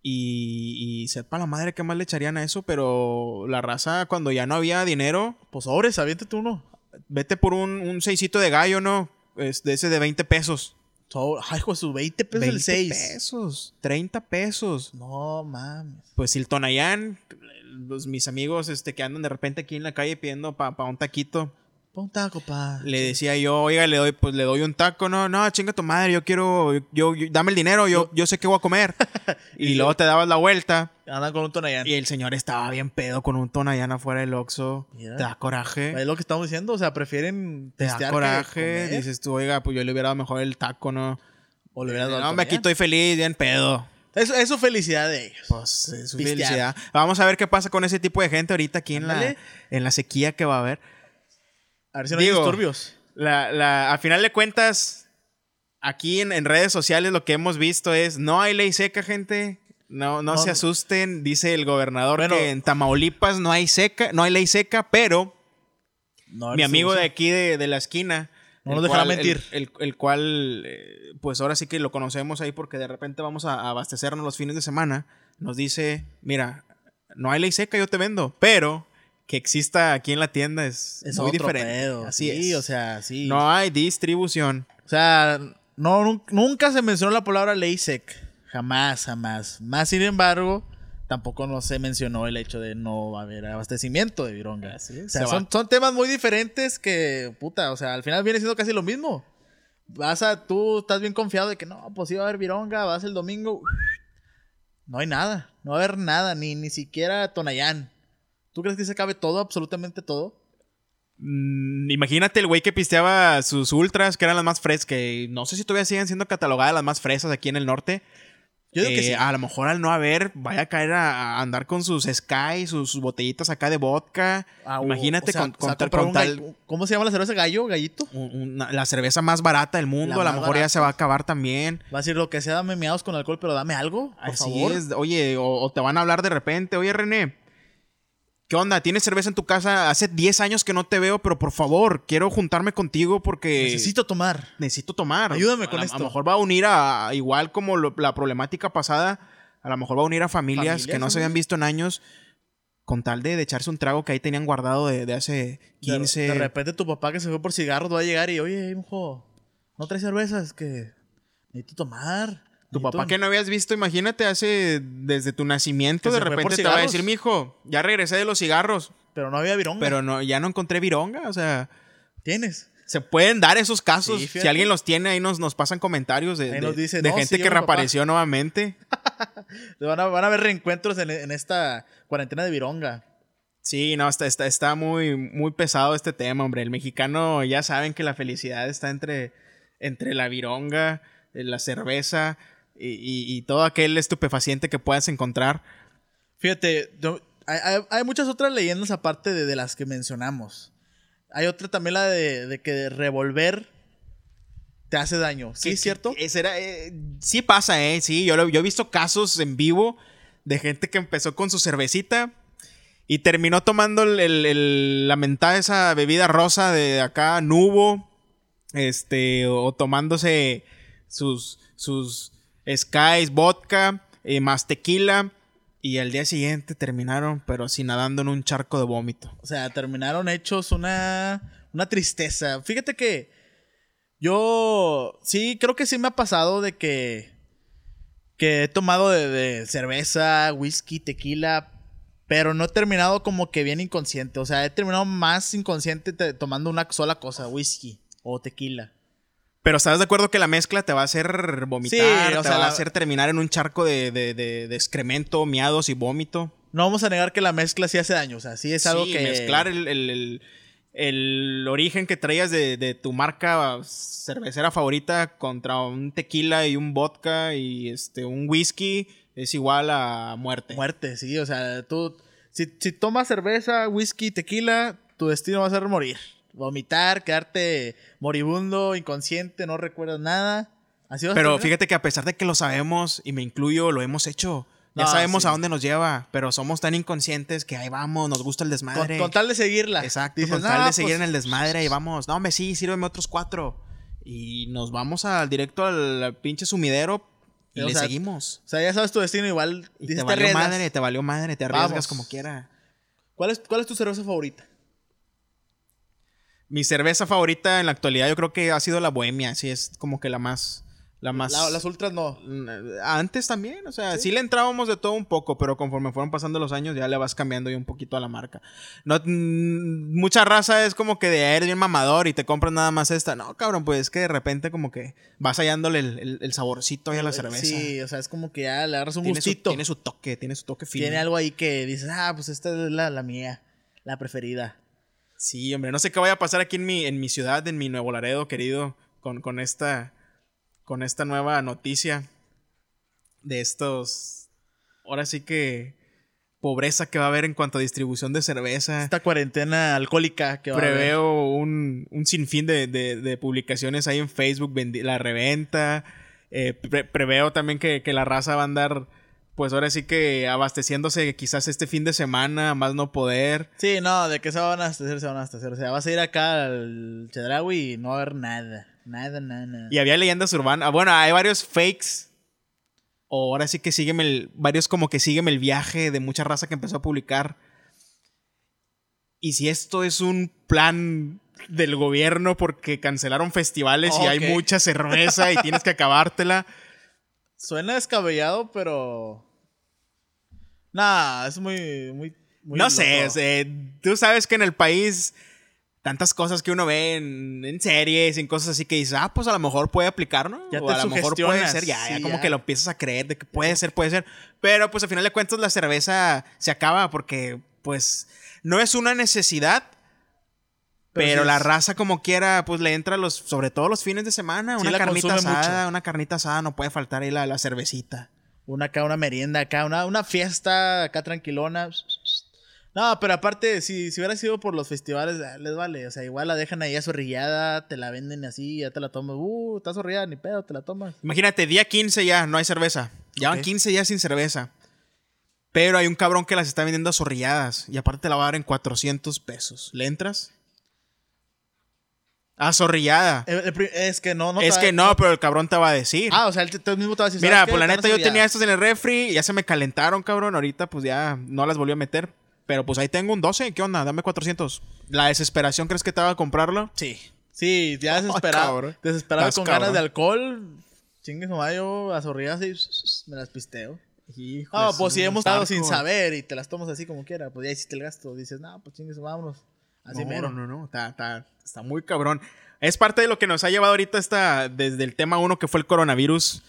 Speaker 2: Y, y sepa la madre qué más le echarían a eso, pero la raza cuando ya no había dinero,
Speaker 1: Pues sobres, aviéntate uno.
Speaker 2: vete por un, un seisito de gallo, ¿no? Es de ese de 20 pesos.
Speaker 1: Sobre- Ay, hijo de su 20 pesos Pues el 6.
Speaker 2: pesos, 30 pesos.
Speaker 1: No mames.
Speaker 2: Pues el Tonayán, los, mis amigos este, que andan de repente aquí en la calle pidiendo para un taquito.
Speaker 1: Pon un taco, pa.
Speaker 2: Le decía yo, oiga, le doy, pues le doy un taco, no, no, chinga tu madre, yo quiero, yo, yo- dame el dinero, yo, yo sé qué voy a comer. y luego te dabas la vuelta
Speaker 1: Andan con un tonallán.
Speaker 2: y el señor estaba bien pedo con un tonallán afuera del Oxxo.
Speaker 1: Mira.
Speaker 2: Te da coraje.
Speaker 1: Es lo que estamos diciendo, o sea, prefieren
Speaker 2: Te
Speaker 1: testear
Speaker 2: da
Speaker 1: que
Speaker 2: coraje.
Speaker 1: comer.
Speaker 2: Dices tú, oiga, pues yo le hubiera dado mejor el taco, ¿no?
Speaker 1: o le hubieras dado
Speaker 2: no, me
Speaker 1: tonallán.
Speaker 2: aquí estoy feliz, bien pedo.
Speaker 1: Eso, eso felicidad de ellos.
Speaker 2: Pues es su
Speaker 1: Pistear.
Speaker 2: felicidad. Vamos a ver qué pasa con ese tipo de gente ahorita aquí en, la,
Speaker 1: Ándale.
Speaker 2: en la sequía que va a haber.
Speaker 1: A ver si no hay
Speaker 2: Digo,
Speaker 1: disturbios.
Speaker 2: La, la- a final de cuentas, aquí en, en redes sociales lo que hemos visto es, no hay ley seca, gente. No, no,
Speaker 1: No.
Speaker 2: se asusten, dice el gobernador
Speaker 1: Bueno.
Speaker 2: que en Tamaulipas no hay seca, no hay ley seca, pero
Speaker 1: No,
Speaker 2: mi
Speaker 1: no
Speaker 2: amigo
Speaker 1: sé.
Speaker 2: de aquí de, de la esquina.
Speaker 1: No
Speaker 2: el
Speaker 1: nos dejará
Speaker 2: cual- el-
Speaker 1: mentir.
Speaker 2: El, el cual, eh, pues ahora sí que lo conocemos ahí porque de repente vamos a a abastecernos los fines de semana. Nos dice, mira, no hay ley seca, yo te vendo, pero que exista aquí en la tienda es,
Speaker 1: Es
Speaker 2: muy
Speaker 1: otro
Speaker 2: diferente.
Speaker 1: pedo,
Speaker 2: Así
Speaker 1: sí,
Speaker 2: es.
Speaker 1: o sea, sí.
Speaker 2: no hay distribución.
Speaker 1: O sea, no, nun- nunca se mencionó la palabra ley sec. Jamás, jamás. Más sin embargo, tampoco no se mencionó el hecho de no haber abastecimiento de vironga.
Speaker 2: Así es.
Speaker 1: O sea,
Speaker 2: Se
Speaker 1: son,
Speaker 2: va.
Speaker 1: son temas muy diferentes que, puta, o sea, al final viene siendo casi lo mismo. Vas a, tú estás bien confiado de que no, pues iba a haber vironga, vas el domingo. No hay nada, no va a haber nada, ni, ni siquiera Tonayán. ¿Tú crees que se acabe todo, absolutamente todo?
Speaker 2: Mm, imagínate el güey que pisteaba sus ultras, que eran las más frescas, que no sé si todavía siguen siendo catalogadas las más fresas aquí en el norte.
Speaker 1: Yo digo que
Speaker 2: Eh,
Speaker 1: sí.
Speaker 2: A lo mejor al no haber, vaya a caer a, a andar con sus Sky, sus, sus botellitas acá de vodka.
Speaker 1: Ah, o-
Speaker 2: Imagínate
Speaker 1: o sea,
Speaker 2: con,
Speaker 1: o sea,
Speaker 2: con tal-
Speaker 1: comprar
Speaker 2: con
Speaker 1: un
Speaker 2: tal-
Speaker 1: gall- ¿Cómo se llama la cerveza? ¿Gallo? ¿Gallito?
Speaker 2: un- una- la cerveza más barata del mundo.
Speaker 1: La
Speaker 2: a
Speaker 1: más
Speaker 2: lo mejor ya se va a acabar también.
Speaker 1: Va a decir lo que sea, dame miados con alcohol, pero dame algo, por
Speaker 2: Así
Speaker 1: favor.
Speaker 2: es. Oye, o, o te van a hablar de repente. Oye, René, ¿qué onda? ¿Tienes cerveza en tu casa? Hace 10 años que no te veo, pero por favor, quiero juntarme contigo porque...
Speaker 1: Necesito tomar.
Speaker 2: necesito tomar.
Speaker 1: Ayúdame con
Speaker 2: A la-
Speaker 1: esto.
Speaker 2: A lo mejor va a unir a, igual como lo- la problemática pasada, a lo mejor va a unir a familias
Speaker 1: Familias,
Speaker 2: que no se
Speaker 1: familias.
Speaker 2: habían visto en años con tal de, de echarse un trago que ahí tenían guardado de, de hace
Speaker 1: De-
Speaker 2: 15.
Speaker 1: De, repente tu papá que se fue por cigarros va a llegar y, oye, hijo, no traes cervezas, que necesito tomar.
Speaker 2: tu
Speaker 1: Necesito-
Speaker 2: papá que no habías visto, imagínate, hace desde tu nacimiento,
Speaker 1: Que
Speaker 2: de
Speaker 1: se fue por
Speaker 2: repente te va a
Speaker 1: cigarros.
Speaker 2: decir, mijo, ya regresé de los cigarros,
Speaker 1: Pero no había virón.
Speaker 2: pero no, ya no encontré vironga, o sea,
Speaker 1: ¿Tienes?
Speaker 2: se pueden dar esos casos.
Speaker 1: Sí, fíjate.
Speaker 2: si alguien los tiene, ahí nos, nos pasan comentarios de,
Speaker 1: Ahí
Speaker 2: de-
Speaker 1: nos dicen,
Speaker 2: de
Speaker 1: "No, sí,
Speaker 2: gente
Speaker 1: yo,
Speaker 2: que
Speaker 1: mi papá".
Speaker 2: reapareció nuevamente.
Speaker 1: Van a, van a haber reencuentros en, en esta cuarentena de vironga.
Speaker 2: Sí, no, está, está, está muy, muy pesado este tema, hombre. El mexicano ya saben que la felicidad está entre, entre la vironga, eh, la cerveza y, y- y todo aquel estupefaciente que puedas encontrar.
Speaker 1: Fíjate, yo- hay, hay- hay muchas otras leyendas aparte de, de las que mencionamos. Hay otra también, la de, de que revolver te hace daño. ¿Sí
Speaker 2: Que-
Speaker 1: es cierto?
Speaker 2: que- ese era, eh, sí pasa, ¿eh? Sí, yo, lo- yo he visto casos en vivo de gente que empezó con su cervecita y terminó tomando el, el- el- la mentada esa bebida rosa de acá, nubo, este, o tomándose sus, sus skies, vodka, eh, más tequila. Y al día siguiente terminaron, pero sí nadando en un charco de vómito.
Speaker 1: O sea, terminaron hechos una, una tristeza. Fíjate que yo sí, creo que sí me ha pasado de que, que he tomado de, de cerveza, whisky, tequila, pero no he terminado como que bien inconsciente. O sea, he terminado más inconsciente te- tomando una sola cosa, whisky o tequila.
Speaker 2: Pero estás de acuerdo que la mezcla te va a hacer vomitar,
Speaker 1: Sí, o
Speaker 2: te
Speaker 1: sea,
Speaker 2: va
Speaker 1: la-
Speaker 2: a hacer terminar en un charco de, de- de- de excremento, miados y vómito.
Speaker 1: No vamos a negar que la mezcla sí hace daño. O sea, sí es algo
Speaker 2: Sí,
Speaker 1: que...
Speaker 2: mezclar el, el- el- el origen que traías de, de tu marca cervecera favorita contra un tequila y un vodka y este un whisky es igual a muerte.
Speaker 1: Muerte, sí. O sea, tú. Si, si tomas cerveza, whisky, tequila, tu destino va a ser morir. Vomitar, quedarte moribundo, inconsciente, no recuerdas nada. Así vas a
Speaker 2: Pero
Speaker 1: terminar.
Speaker 2: fíjate que a pesar de que lo sabemos y me incluyo, lo hemos hecho. Ya
Speaker 1: No,
Speaker 2: sabemos
Speaker 1: sí.
Speaker 2: a dónde nos lleva, pero somos tan inconscientes que ahí vamos, nos gusta el
Speaker 1: Con,
Speaker 2: desmadre.
Speaker 1: con tal de seguirla.
Speaker 2: Exacto,
Speaker 1: Dices,
Speaker 2: con tal
Speaker 1: "Nah,
Speaker 2: de seguir
Speaker 1: pues,
Speaker 2: en el desmadre y vamos, no, hombre, sí, sírveme otros cuatro. Y nos vamos al directo al, al pinche sumidero y
Speaker 1: O
Speaker 2: le
Speaker 1: sea,
Speaker 2: seguimos.
Speaker 1: O sea, ya sabes tu destino, igual.
Speaker 2: Y
Speaker 1: dices, "Te
Speaker 2: te valió
Speaker 1: arriesgas".
Speaker 2: madre, te valió madre, te arriesgas
Speaker 1: Vamos.
Speaker 2: como quiera.
Speaker 1: ¿Cuál es, ¿Cuál es tu cerveza favorita?
Speaker 2: Mi cerveza favorita en la actualidad yo creo que ha sido la Bohemia, sí, es como que la más... La más...
Speaker 1: La- las ultras no.
Speaker 2: Antes también, o sea, sí. le entrábamos de todo un poco, pero conforme fueron pasando los años ya le vas cambiando ya un poquito a la marca. No, mm, mucha raza es como que de "Ah, eres bien mamador y te compras nada más esta. No, cabrón, pues es que de repente como que vas hallándole el, el- el saborcito ahí a la cerveza.
Speaker 1: Eh, Sí, o sea, es como que ya le agarras un
Speaker 2: tiene, su,
Speaker 1: gustito.
Speaker 2: tiene su toque, tiene su toque fino.
Speaker 1: Tiene algo ahí que dices, ah, pues esta es la, la mía, la preferida.
Speaker 2: Sí, hombre, no sé qué vaya a pasar aquí en mi, en mi ciudad, en mi Nuevo Laredo, querido, con, con esta, con esta nueva noticia de estos, ahora sí que pobreza que va a haber en cuanto a distribución de cerveza.
Speaker 1: Esta cuarentena alcohólica que va a haber.
Speaker 2: Preveo un, un sinfín de, de- de publicaciones ahí en Facebook, vendi- la reventa. Eh, pre- preveo también que, que la raza va a andar, pues ahora sí que abasteciéndose quizás este fin de semana, a más no poder.
Speaker 1: Sí, no, de que se van a hacer, se van a hacer. O sea, vas a ir acá al Chedraui y no va a haber nada. Nada, nada, nada.
Speaker 2: Y había leyendas urbanas. Ah, Bueno, hay varios fakes. O ahora sí que sígueme el. Varios como que sígueme el viaje de mucha raza que empezó a publicar. Y si esto es un plan del gobierno porque cancelaron festivales y hay
Speaker 1: Ok.
Speaker 2: mucha cerveza y tienes que acabártela.
Speaker 1: Suena descabellado, pero. Nah, es muy. muy, muy
Speaker 2: no
Speaker 1: loco.
Speaker 2: sé, o sea, tú sabes que en el país tantas cosas que uno ve en, en series, en cosas así que dices, ah, pues a lo mejor puede aplicar, ¿no?
Speaker 1: Ya
Speaker 2: o
Speaker 1: te
Speaker 2: a lo mejor puede
Speaker 1: sugestionas,
Speaker 2: ser, ya, ya
Speaker 1: sí,
Speaker 2: como
Speaker 1: ya.
Speaker 2: que lo empiezas a creer de que puede ser, puede ser. Pero pues al final de cuentas la cerveza se acaba porque pues no es una necesidad.
Speaker 1: Pero
Speaker 2: Pero,
Speaker 1: sí
Speaker 2: la
Speaker 1: es-
Speaker 2: raza como quiera, pues le entra los, sobre todo los fines de semana,
Speaker 1: Sí
Speaker 2: una
Speaker 1: la
Speaker 2: carnita
Speaker 1: consume mucho.
Speaker 2: asada, una carnita asada, no puede faltar ahí la, la cervecita.
Speaker 1: Una acá, una merienda acá, una, una fiesta acá tranquilona. No, pero aparte, si, si hubiera sido por los festivales, ah, les vale. O sea, igual la dejan ahí azorrillada, te la venden así, ya te la tomas. Uh, está azorrillada, ni pedo, te la tomas.
Speaker 2: Imagínate, día 15 ya, no hay cerveza. Llevan
Speaker 1: Ok.
Speaker 2: 15 días sin cerveza. Pero hay un cabrón que las está vendiendo azorrilladas. Y aparte te la va a dar en 400 pesos. ¿Le entras? Azorrillada.
Speaker 1: Eh, el pri- Es que no, no.
Speaker 2: es
Speaker 1: te-
Speaker 2: que no, pero el cabrón te va a decir.
Speaker 1: Ah, o sea, él te- tú mismo te vas a decir.
Speaker 2: Mira,
Speaker 1: "¿Sabes qué?
Speaker 2: pues la
Speaker 1: Están
Speaker 2: neta yo tenía
Speaker 1: azorrilladas".
Speaker 2: estas en el refri. Ya se me calentaron, cabrón. Ahorita pues ya no las volví a meter. Pero pues ahí tengo un 12. ¿Qué onda? Dame 400. ¿La desesperación crees que te va a comprarlo?
Speaker 1: Sí. Sí, ya desesperado.
Speaker 2: cabrón.
Speaker 1: desesperado
Speaker 2: Estás
Speaker 1: con
Speaker 2: cabrón.
Speaker 1: ganas de alcohol. Chingue su madre, yo azorrilladas y me las pisteo.
Speaker 2: Hijo
Speaker 1: Ah,
Speaker 2: de
Speaker 1: pues
Speaker 2: su
Speaker 1: si hemos estado
Speaker 2: zarco.
Speaker 1: sin saber y te las tomas así como quiera, pues ya hiciste el gasto. Dices, no, pues chingues, vámonos. Así
Speaker 2: no,
Speaker 1: mero.
Speaker 2: No, no, no, está, está- está muy cabrón. Es parte de lo que nos ha llevado ahorita hasta desde el tema uno que fue el coronavirus.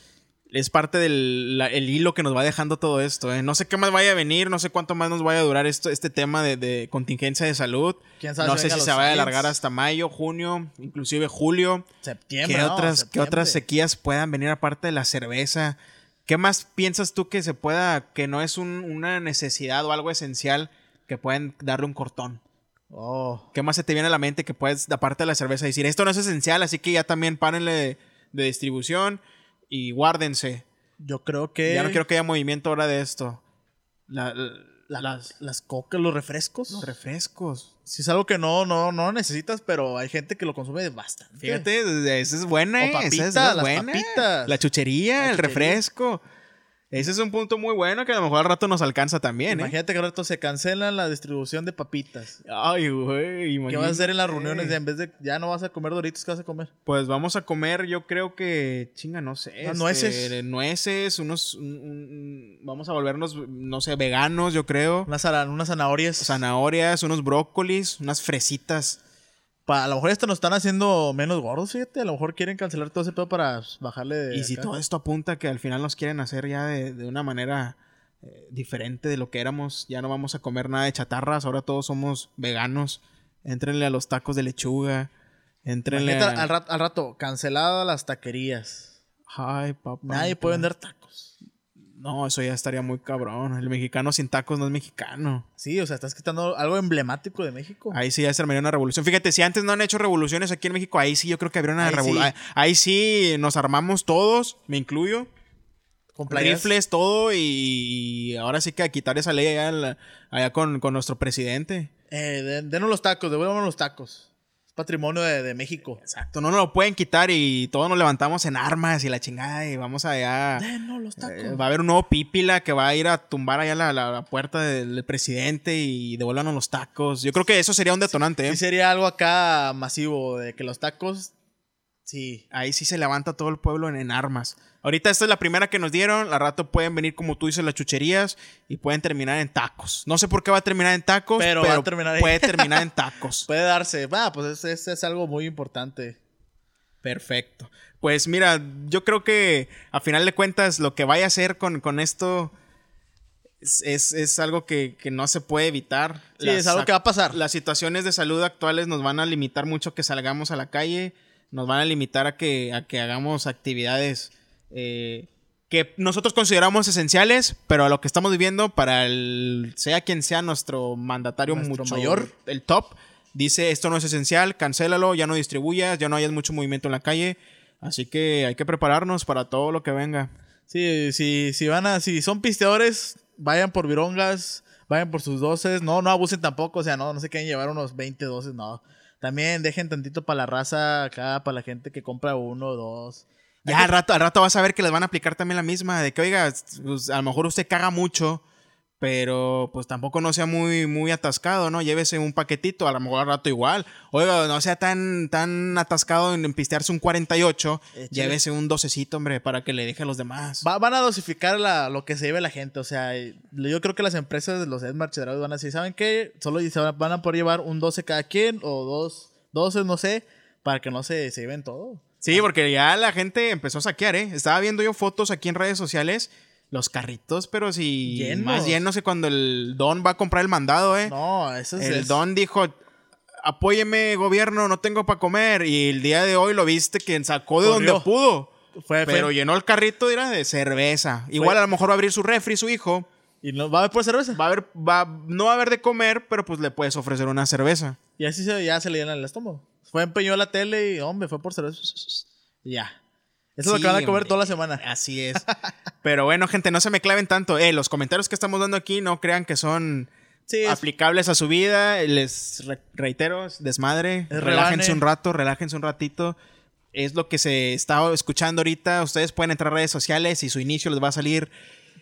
Speaker 2: Es parte del la- el hilo que nos va dejando todo esto. ¿eh? No sé qué más vaya a venir, no sé cuánto más nos vaya a durar esto, este tema de, de contingencia de salud.
Speaker 1: ¿Quién sabe
Speaker 2: No
Speaker 1: si
Speaker 2: sé
Speaker 1: venga
Speaker 2: si
Speaker 1: los
Speaker 2: se vaya a
Speaker 1: aliens?
Speaker 2: alargar hasta mayo, junio, inclusive julio.
Speaker 1: Septiembre.
Speaker 2: ¿Qué,
Speaker 1: ¿no?
Speaker 2: otras, ¿Qué
Speaker 1: Septiembre.
Speaker 2: otras sequías puedan venir aparte de la cerveza? ¿Qué más piensas tú que se pueda, que no es un- una necesidad o algo esencial que puedan darle un cortón?
Speaker 1: Oh.
Speaker 2: ¿Qué más se te viene a la mente que puedes, aparte de la cerveza, decir esto no es esencial, así que ya también párenle de, de distribución y guárdense?
Speaker 1: Yo creo que.
Speaker 2: Ya no quiero que haya movimiento ahora de esto. La- la-
Speaker 1: la-
Speaker 2: las,
Speaker 1: las cocas, los refrescos.
Speaker 2: los refrescos.
Speaker 1: Si es algo que no, no, no necesitas, pero hay gente que lo consume bastante.
Speaker 2: Fíjate, esa es buena,
Speaker 1: O
Speaker 2: eh, esa es
Speaker 1: papitas,
Speaker 2: la
Speaker 1: las
Speaker 2: buena.
Speaker 1: papitas.
Speaker 2: La chuchería,
Speaker 1: La
Speaker 2: el
Speaker 1: chuchería.
Speaker 2: refresco. Ese es un punto muy bueno que a lo mejor al rato nos alcanza también, ¿eh?
Speaker 1: Imagínate que al rato se cancela la distribución de papitas.
Speaker 2: Ay, güey,
Speaker 1: ¿Qué vas a hacer en las
Speaker 2: imagínate.
Speaker 1: reuniones? De, en vez de ya no vas a comer doritos, ¿qué vas a comer?
Speaker 2: Pues vamos a comer, yo creo que, chinga, no sé.
Speaker 1: Unas nueces.
Speaker 2: este, Nueces, unos. un- un- un- vamos a volvernos, no sé, veganos, yo creo.
Speaker 1: Unas, zana- unas zanahorias.
Speaker 2: Zanahorias, unos brócolis, unas fresitas.
Speaker 1: Pa- a lo mejor esto nos están haciendo menos gordos, fíjate. A lo mejor quieren cancelar todo ese pedo para bajarle de
Speaker 2: y si
Speaker 1: acá.
Speaker 2: todo esto apunta que al final nos quieren hacer ya de, de una manera eh, diferente de lo que éramos, ya no vamos a comer nada de chatarras, ahora todos somos veganos. Éntrenle a los tacos de lechuga. Éntrenle.
Speaker 1: Imagínate
Speaker 2: a-
Speaker 1: al, rato, al rato, canceladas las taquerías.
Speaker 2: Ay, papá.
Speaker 1: Nadie puede vender tacos.
Speaker 2: No, eso ya estaría muy cabrón. El mexicano sin tacos no es mexicano.
Speaker 1: Sí, o sea, estás quitando algo emblemático de México.
Speaker 2: Ahí sí ya se armaría una revolución. Fíjate, si antes no han hecho revoluciones aquí en México, ahí sí yo creo que habría una
Speaker 1: Ahí sí.
Speaker 2: revolución. Ahí sí nos armamos todos, me incluyo.
Speaker 1: Con playas.
Speaker 2: rifles, todo, y ahora sí que a quitar esa ley allá, en la- allá con, con nuestro presidente.
Speaker 1: Eh, den- denos los tacos, devuélvanos los tacos. Es patrimonio de, de México.
Speaker 2: Exacto, no nos lo pueden quitar y todos nos levantamos en armas y la chingada y vamos allá.
Speaker 1: Denos los tacos.
Speaker 2: Eh, va a haber un nuevo pípila que va a ir a tumbar allá la, la- la puerta del, del presidente y devuélvanos los tacos. Yo creo que eso sería un detonante, ¿eh?
Speaker 1: Sí sería algo acá masivo de que los tacos... Sí.
Speaker 2: Ahí sí se levanta todo el pueblo en, en armas. Ahorita esta es la primera que nos dieron. Al rato pueden venir, como tú dices, las chucherías y pueden terminar en tacos. No sé por qué va a terminar en tacos, pero,
Speaker 1: Pero va a terminar ahí.
Speaker 2: puede terminar en tacos.
Speaker 1: Puede darse. Va, pues es, es- es algo muy importante.
Speaker 2: Perfecto. Pues mira, yo creo que a final de cuentas lo que vaya a hacer con, con esto es, es- es algo que, que no se puede evitar.
Speaker 1: Sí,
Speaker 2: Las
Speaker 1: es algo que va a pasar.
Speaker 2: Las situaciones de salud actuales nos van a limitar mucho que salgamos a la calle, nos van a limitar a que, a que hagamos actividades eh, que nosotros consideramos esenciales, pero a lo que estamos viviendo para el, sea quien sea nuestro mandatario
Speaker 1: Nuestro
Speaker 2: mucho
Speaker 1: mayor.
Speaker 2: el top, dice esto no es esencial, cancélalo, ya no distribuyas, ya no hayas mucho movimiento en la calle, así que hay que prepararnos para todo lo que venga.
Speaker 1: Sí, sí, si van a, si son pisteadores, vayan por virongas, vayan por sus doces, no, no abusen tampoco, o sea, no, no se quieren llevar unos 20 doces, no. También dejen tantito para la raza acá, para la gente que compra uno o dos.
Speaker 2: Ya al rato, al rato vas a ver que les van a aplicar también la misma, de que, oiga, pues, a lo mejor usted caga mucho, pero pues tampoco no sea muy, muy atascado, ¿no? Llévese un paquetito, a lo mejor al rato igual. Oiga, no sea tan, tan atascado en en pistearse un 48,
Speaker 1: Échale.
Speaker 2: llévese un docecito, hombre, para que le deje a los demás.
Speaker 1: Va- van a dosificar la- lo que se lleve la gente, o sea, y- yo creo que las empresas de los Edmarchederados van a decir, ¿saben qué? Solo se van a- van a poder llevar un 12 cada quien o dos doces, no sé, para que no se, se lleven todo.
Speaker 2: Sí, porque ya la gente empezó a saquear, ¿eh? Estaba viendo yo fotos aquí en redes sociales, los carritos, pero si
Speaker 1: Llenos.
Speaker 2: más llenos que cuando el don va a comprar el mandado, ¿eh?
Speaker 1: No, eso es...
Speaker 2: El
Speaker 1: es-
Speaker 2: don dijo, apóyeme gobierno, no tengo para comer. Y el día de hoy lo viste que sacó de
Speaker 1: Corrió.
Speaker 2: donde pudo.
Speaker 1: fue- fue-
Speaker 2: Pero llenó el carrito era de cerveza. Igual a lo mejor va a abrir su refri, su hijo.
Speaker 1: y no, va a haber por cerveza.
Speaker 2: Va a haber, va, no va a haber de comer, pero pues le puedes ofrecer una cerveza.
Speaker 1: Y así se, ya se le llena el estómago. Fue, empeñó la tele y, hombre, fue por cerveza. Y ya. Eso es lo
Speaker 2: Sí,
Speaker 1: que van a comer
Speaker 2: hombre.
Speaker 1: toda la semana.
Speaker 2: Así es. Pero bueno, gente, no se me claven tanto. Eh, los comentarios que estamos dando aquí no crean que son
Speaker 1: Sí, es-
Speaker 2: aplicables a su vida. Les re- reitero, es desmadre.
Speaker 1: Es
Speaker 2: relájense
Speaker 1: rebane.
Speaker 2: un rato, relájense un ratito. Es lo que se está escuchando ahorita. Ustedes pueden entrar a redes sociales y su inicio les va a salir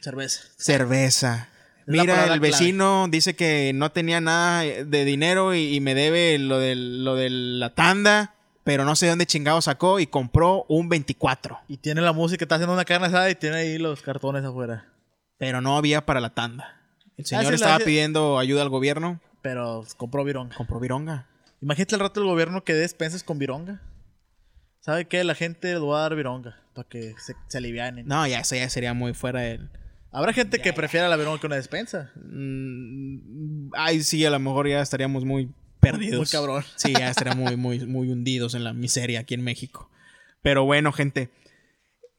Speaker 1: cerveza.
Speaker 2: cerveza.
Speaker 1: Es la
Speaker 2: Mira,
Speaker 1: palabra
Speaker 2: el vecino dice que no tenía nada de dinero y, y me debe lo de, lo de la tanda, pero no sé dónde chingado sacó y compró un 24.
Speaker 1: Y tiene la música, está haciendo una carne asada y tiene ahí los cartones afuera.
Speaker 2: Pero no había para la tanda. El señor
Speaker 1: sí, la-
Speaker 2: estaba
Speaker 1: sí.
Speaker 2: pidiendo ayuda al gobierno.
Speaker 1: Pero compró vironga.
Speaker 2: Compró vironga.
Speaker 1: Imagínate el rato el gobierno que dé despensas con vironga. ¿Sabe qué? La gente le va a dar vironga para que se, se alivianen.
Speaker 2: No, ya eso ya sería muy fuera del...
Speaker 1: Habrá gente que prefiera la vironga que una despensa.
Speaker 2: Mm, Ay, sí, a lo mejor ya estaríamos muy perdidos.
Speaker 1: Muy cabrón.
Speaker 2: Sí, ya estaríamos muy, muy, muy hundidos en la miseria aquí en México. Pero bueno, gente.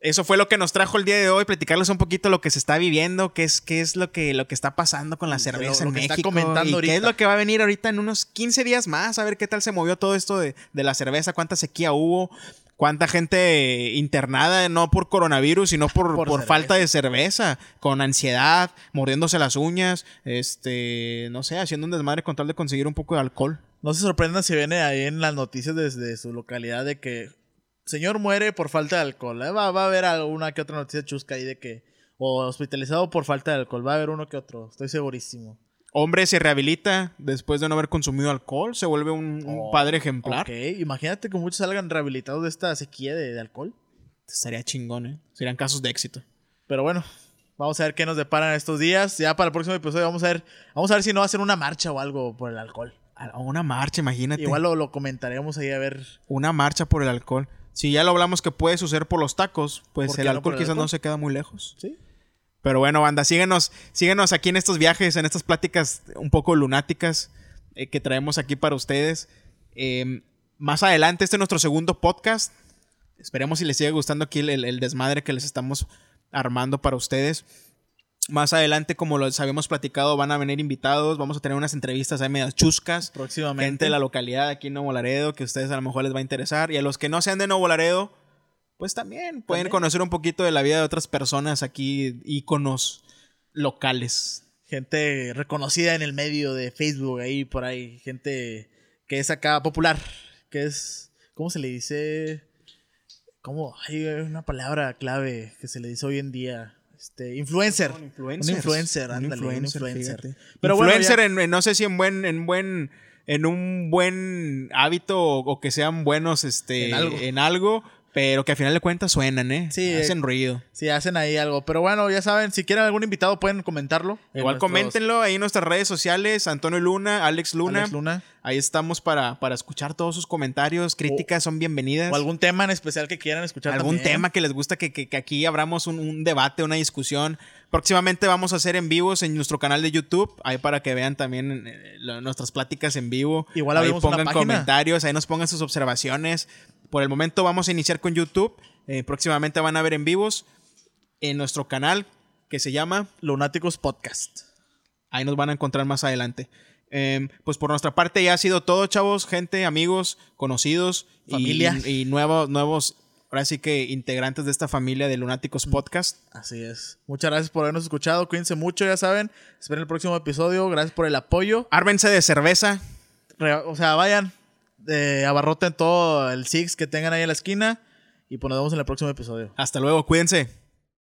Speaker 2: Eso fue lo que nos trajo el día de hoy, platicarles un poquito lo que se está viviendo, qué es, qué es lo, que, lo que está pasando con la cerveza
Speaker 1: lo
Speaker 2: en
Speaker 1: que está
Speaker 2: México,
Speaker 1: comentando
Speaker 2: y
Speaker 1: ahorita.
Speaker 2: qué es lo que va a venir ahorita en unos 15 días más, a ver qué tal se movió todo esto de, de la cerveza, cuánta sequía hubo, cuánta gente internada, no por coronavirus, sino por,
Speaker 1: Por
Speaker 2: por
Speaker 1: cerveza.
Speaker 2: falta de cerveza, con ansiedad, mordiéndose las uñas, este, no sé, haciendo un desmadre con tal de conseguir un poco de alcohol.
Speaker 1: No se sorprendan si viene ahí en las noticias desde su localidad de que señor muere por falta de alcohol. Eh, Va, va a haber alguna que otra noticia chusca ahí de que. O hospitalizado por falta de alcohol. Va a haber uno que otro. Estoy segurísimo.
Speaker 2: Hombre se rehabilita después de no haber consumido alcohol, se vuelve un, un
Speaker 1: Oh,
Speaker 2: padre ejemplar.
Speaker 1: Ok, imagínate que muchos salgan rehabilitados de esta sequía de, de alcohol.
Speaker 2: Estaría chingón, ¿eh? Serían casos de éxito.
Speaker 1: Pero bueno, vamos a ver qué nos deparan estos días. Ya para el próximo episodio vamos a ver, vamos a ver si no hacen una marcha o algo por el alcohol.
Speaker 2: A a una marcha, imagínate.
Speaker 1: Igual lo, lo comentaremos ahí a ver.
Speaker 2: Una marcha por el alcohol. Si ya lo hablamos que puede suceder por los tacos, pues
Speaker 1: ¿Por
Speaker 2: el
Speaker 1: qué no
Speaker 2: alcohol
Speaker 1: por el
Speaker 2: quizás no
Speaker 1: alcohol?
Speaker 2: se queda muy lejos.
Speaker 1: ¿Sí?
Speaker 2: Pero bueno, banda, síguenos, síguenos aquí en estos viajes, en estas pláticas un poco lunáticas eh, que traemos aquí para ustedes. Eh, más adelante, este es nuestro segundo podcast. Esperemos si les sigue gustando aquí el, el- el desmadre que les estamos armando para ustedes. Más adelante, como los habíamos platicado, van a venir invitados. Vamos a tener unas entrevistas ahí medias chuscas
Speaker 1: Próximamente.
Speaker 2: gente de la localidad aquí en Nuevo Laredo que a ustedes a lo mejor les va a interesar. Y a los que no sean de Nuevo Laredo, pues también pueden
Speaker 1: También.
Speaker 2: conocer un poquito de la vida de otras personas aquí, íconos locales.
Speaker 1: Gente reconocida en el medio de Facebook, ahí por ahí. Gente que es acá popular. Que es. ¿Cómo se le dice? ¿Cómo? Hay una palabra clave que se le dice hoy en día. Este, influencer.
Speaker 2: Un
Speaker 1: influencer. Un influencer, ándale, un influencer.
Speaker 2: fíjate.
Speaker 1: Pero bueno,
Speaker 2: Influencer
Speaker 1: ya-
Speaker 2: en- en- no sé si en buen, en buen, en un buen hábito o, o que sean buenos este,
Speaker 1: En algo.
Speaker 2: algo, pero que al final de cuentas suenan, ¿eh?
Speaker 1: Sí,
Speaker 2: Hacen
Speaker 1: eh,
Speaker 2: ruido.
Speaker 1: Si hacen ahí algo. Pero bueno, ya saben, si quieren algún invitado pueden comentarlo. en
Speaker 2: Igual
Speaker 1: nuestros-
Speaker 2: coméntenlo ahí en nuestras redes sociales, Antonio Luna, Alex Luna.
Speaker 1: Alex Luna.
Speaker 2: Ahí estamos para, para escuchar todos sus comentarios, críticas son bienvenidas.
Speaker 1: O algún tema en especial que quieran escuchar.
Speaker 2: algún
Speaker 1: también.
Speaker 2: tema que les gusta que, que- que aquí abramos un, un debate, una discusión. Próximamente vamos a hacer en vivos en nuestro canal de YouTube, ahí para que vean también eh, lo- nuestras pláticas en vivo.
Speaker 1: Igual
Speaker 2: ahí
Speaker 1: abrimos una
Speaker 2: pongan
Speaker 1: página.
Speaker 2: comentarios, ahí nos pongan sus observaciones. Por el momento vamos a iniciar con YouTube. Eh, próximamente van a ver en vivos en nuestro canal que se llama
Speaker 1: Lunáticos Podcast.
Speaker 2: Ahí nos van a encontrar más adelante. Eh, pues por nuestra parte ya ha sido todo, chavos, gente, amigos, conocidos y-
Speaker 1: Familia.
Speaker 2: y, nuevos, nuevos, ahora sí que integrantes de esta familia de Lunáticos Podcast.
Speaker 1: Así es. Muchas gracias por habernos escuchado. Cuídense mucho, ya saben. Esperen el próximo episodio. Gracias por el apoyo.
Speaker 2: Ármense de cerveza,
Speaker 1: Re- O sea, vayan, eh, abarroten todo el Six que tengan ahí en la esquina. Y pues nos vemos en el próximo episodio.
Speaker 2: hasta luego, cuídense.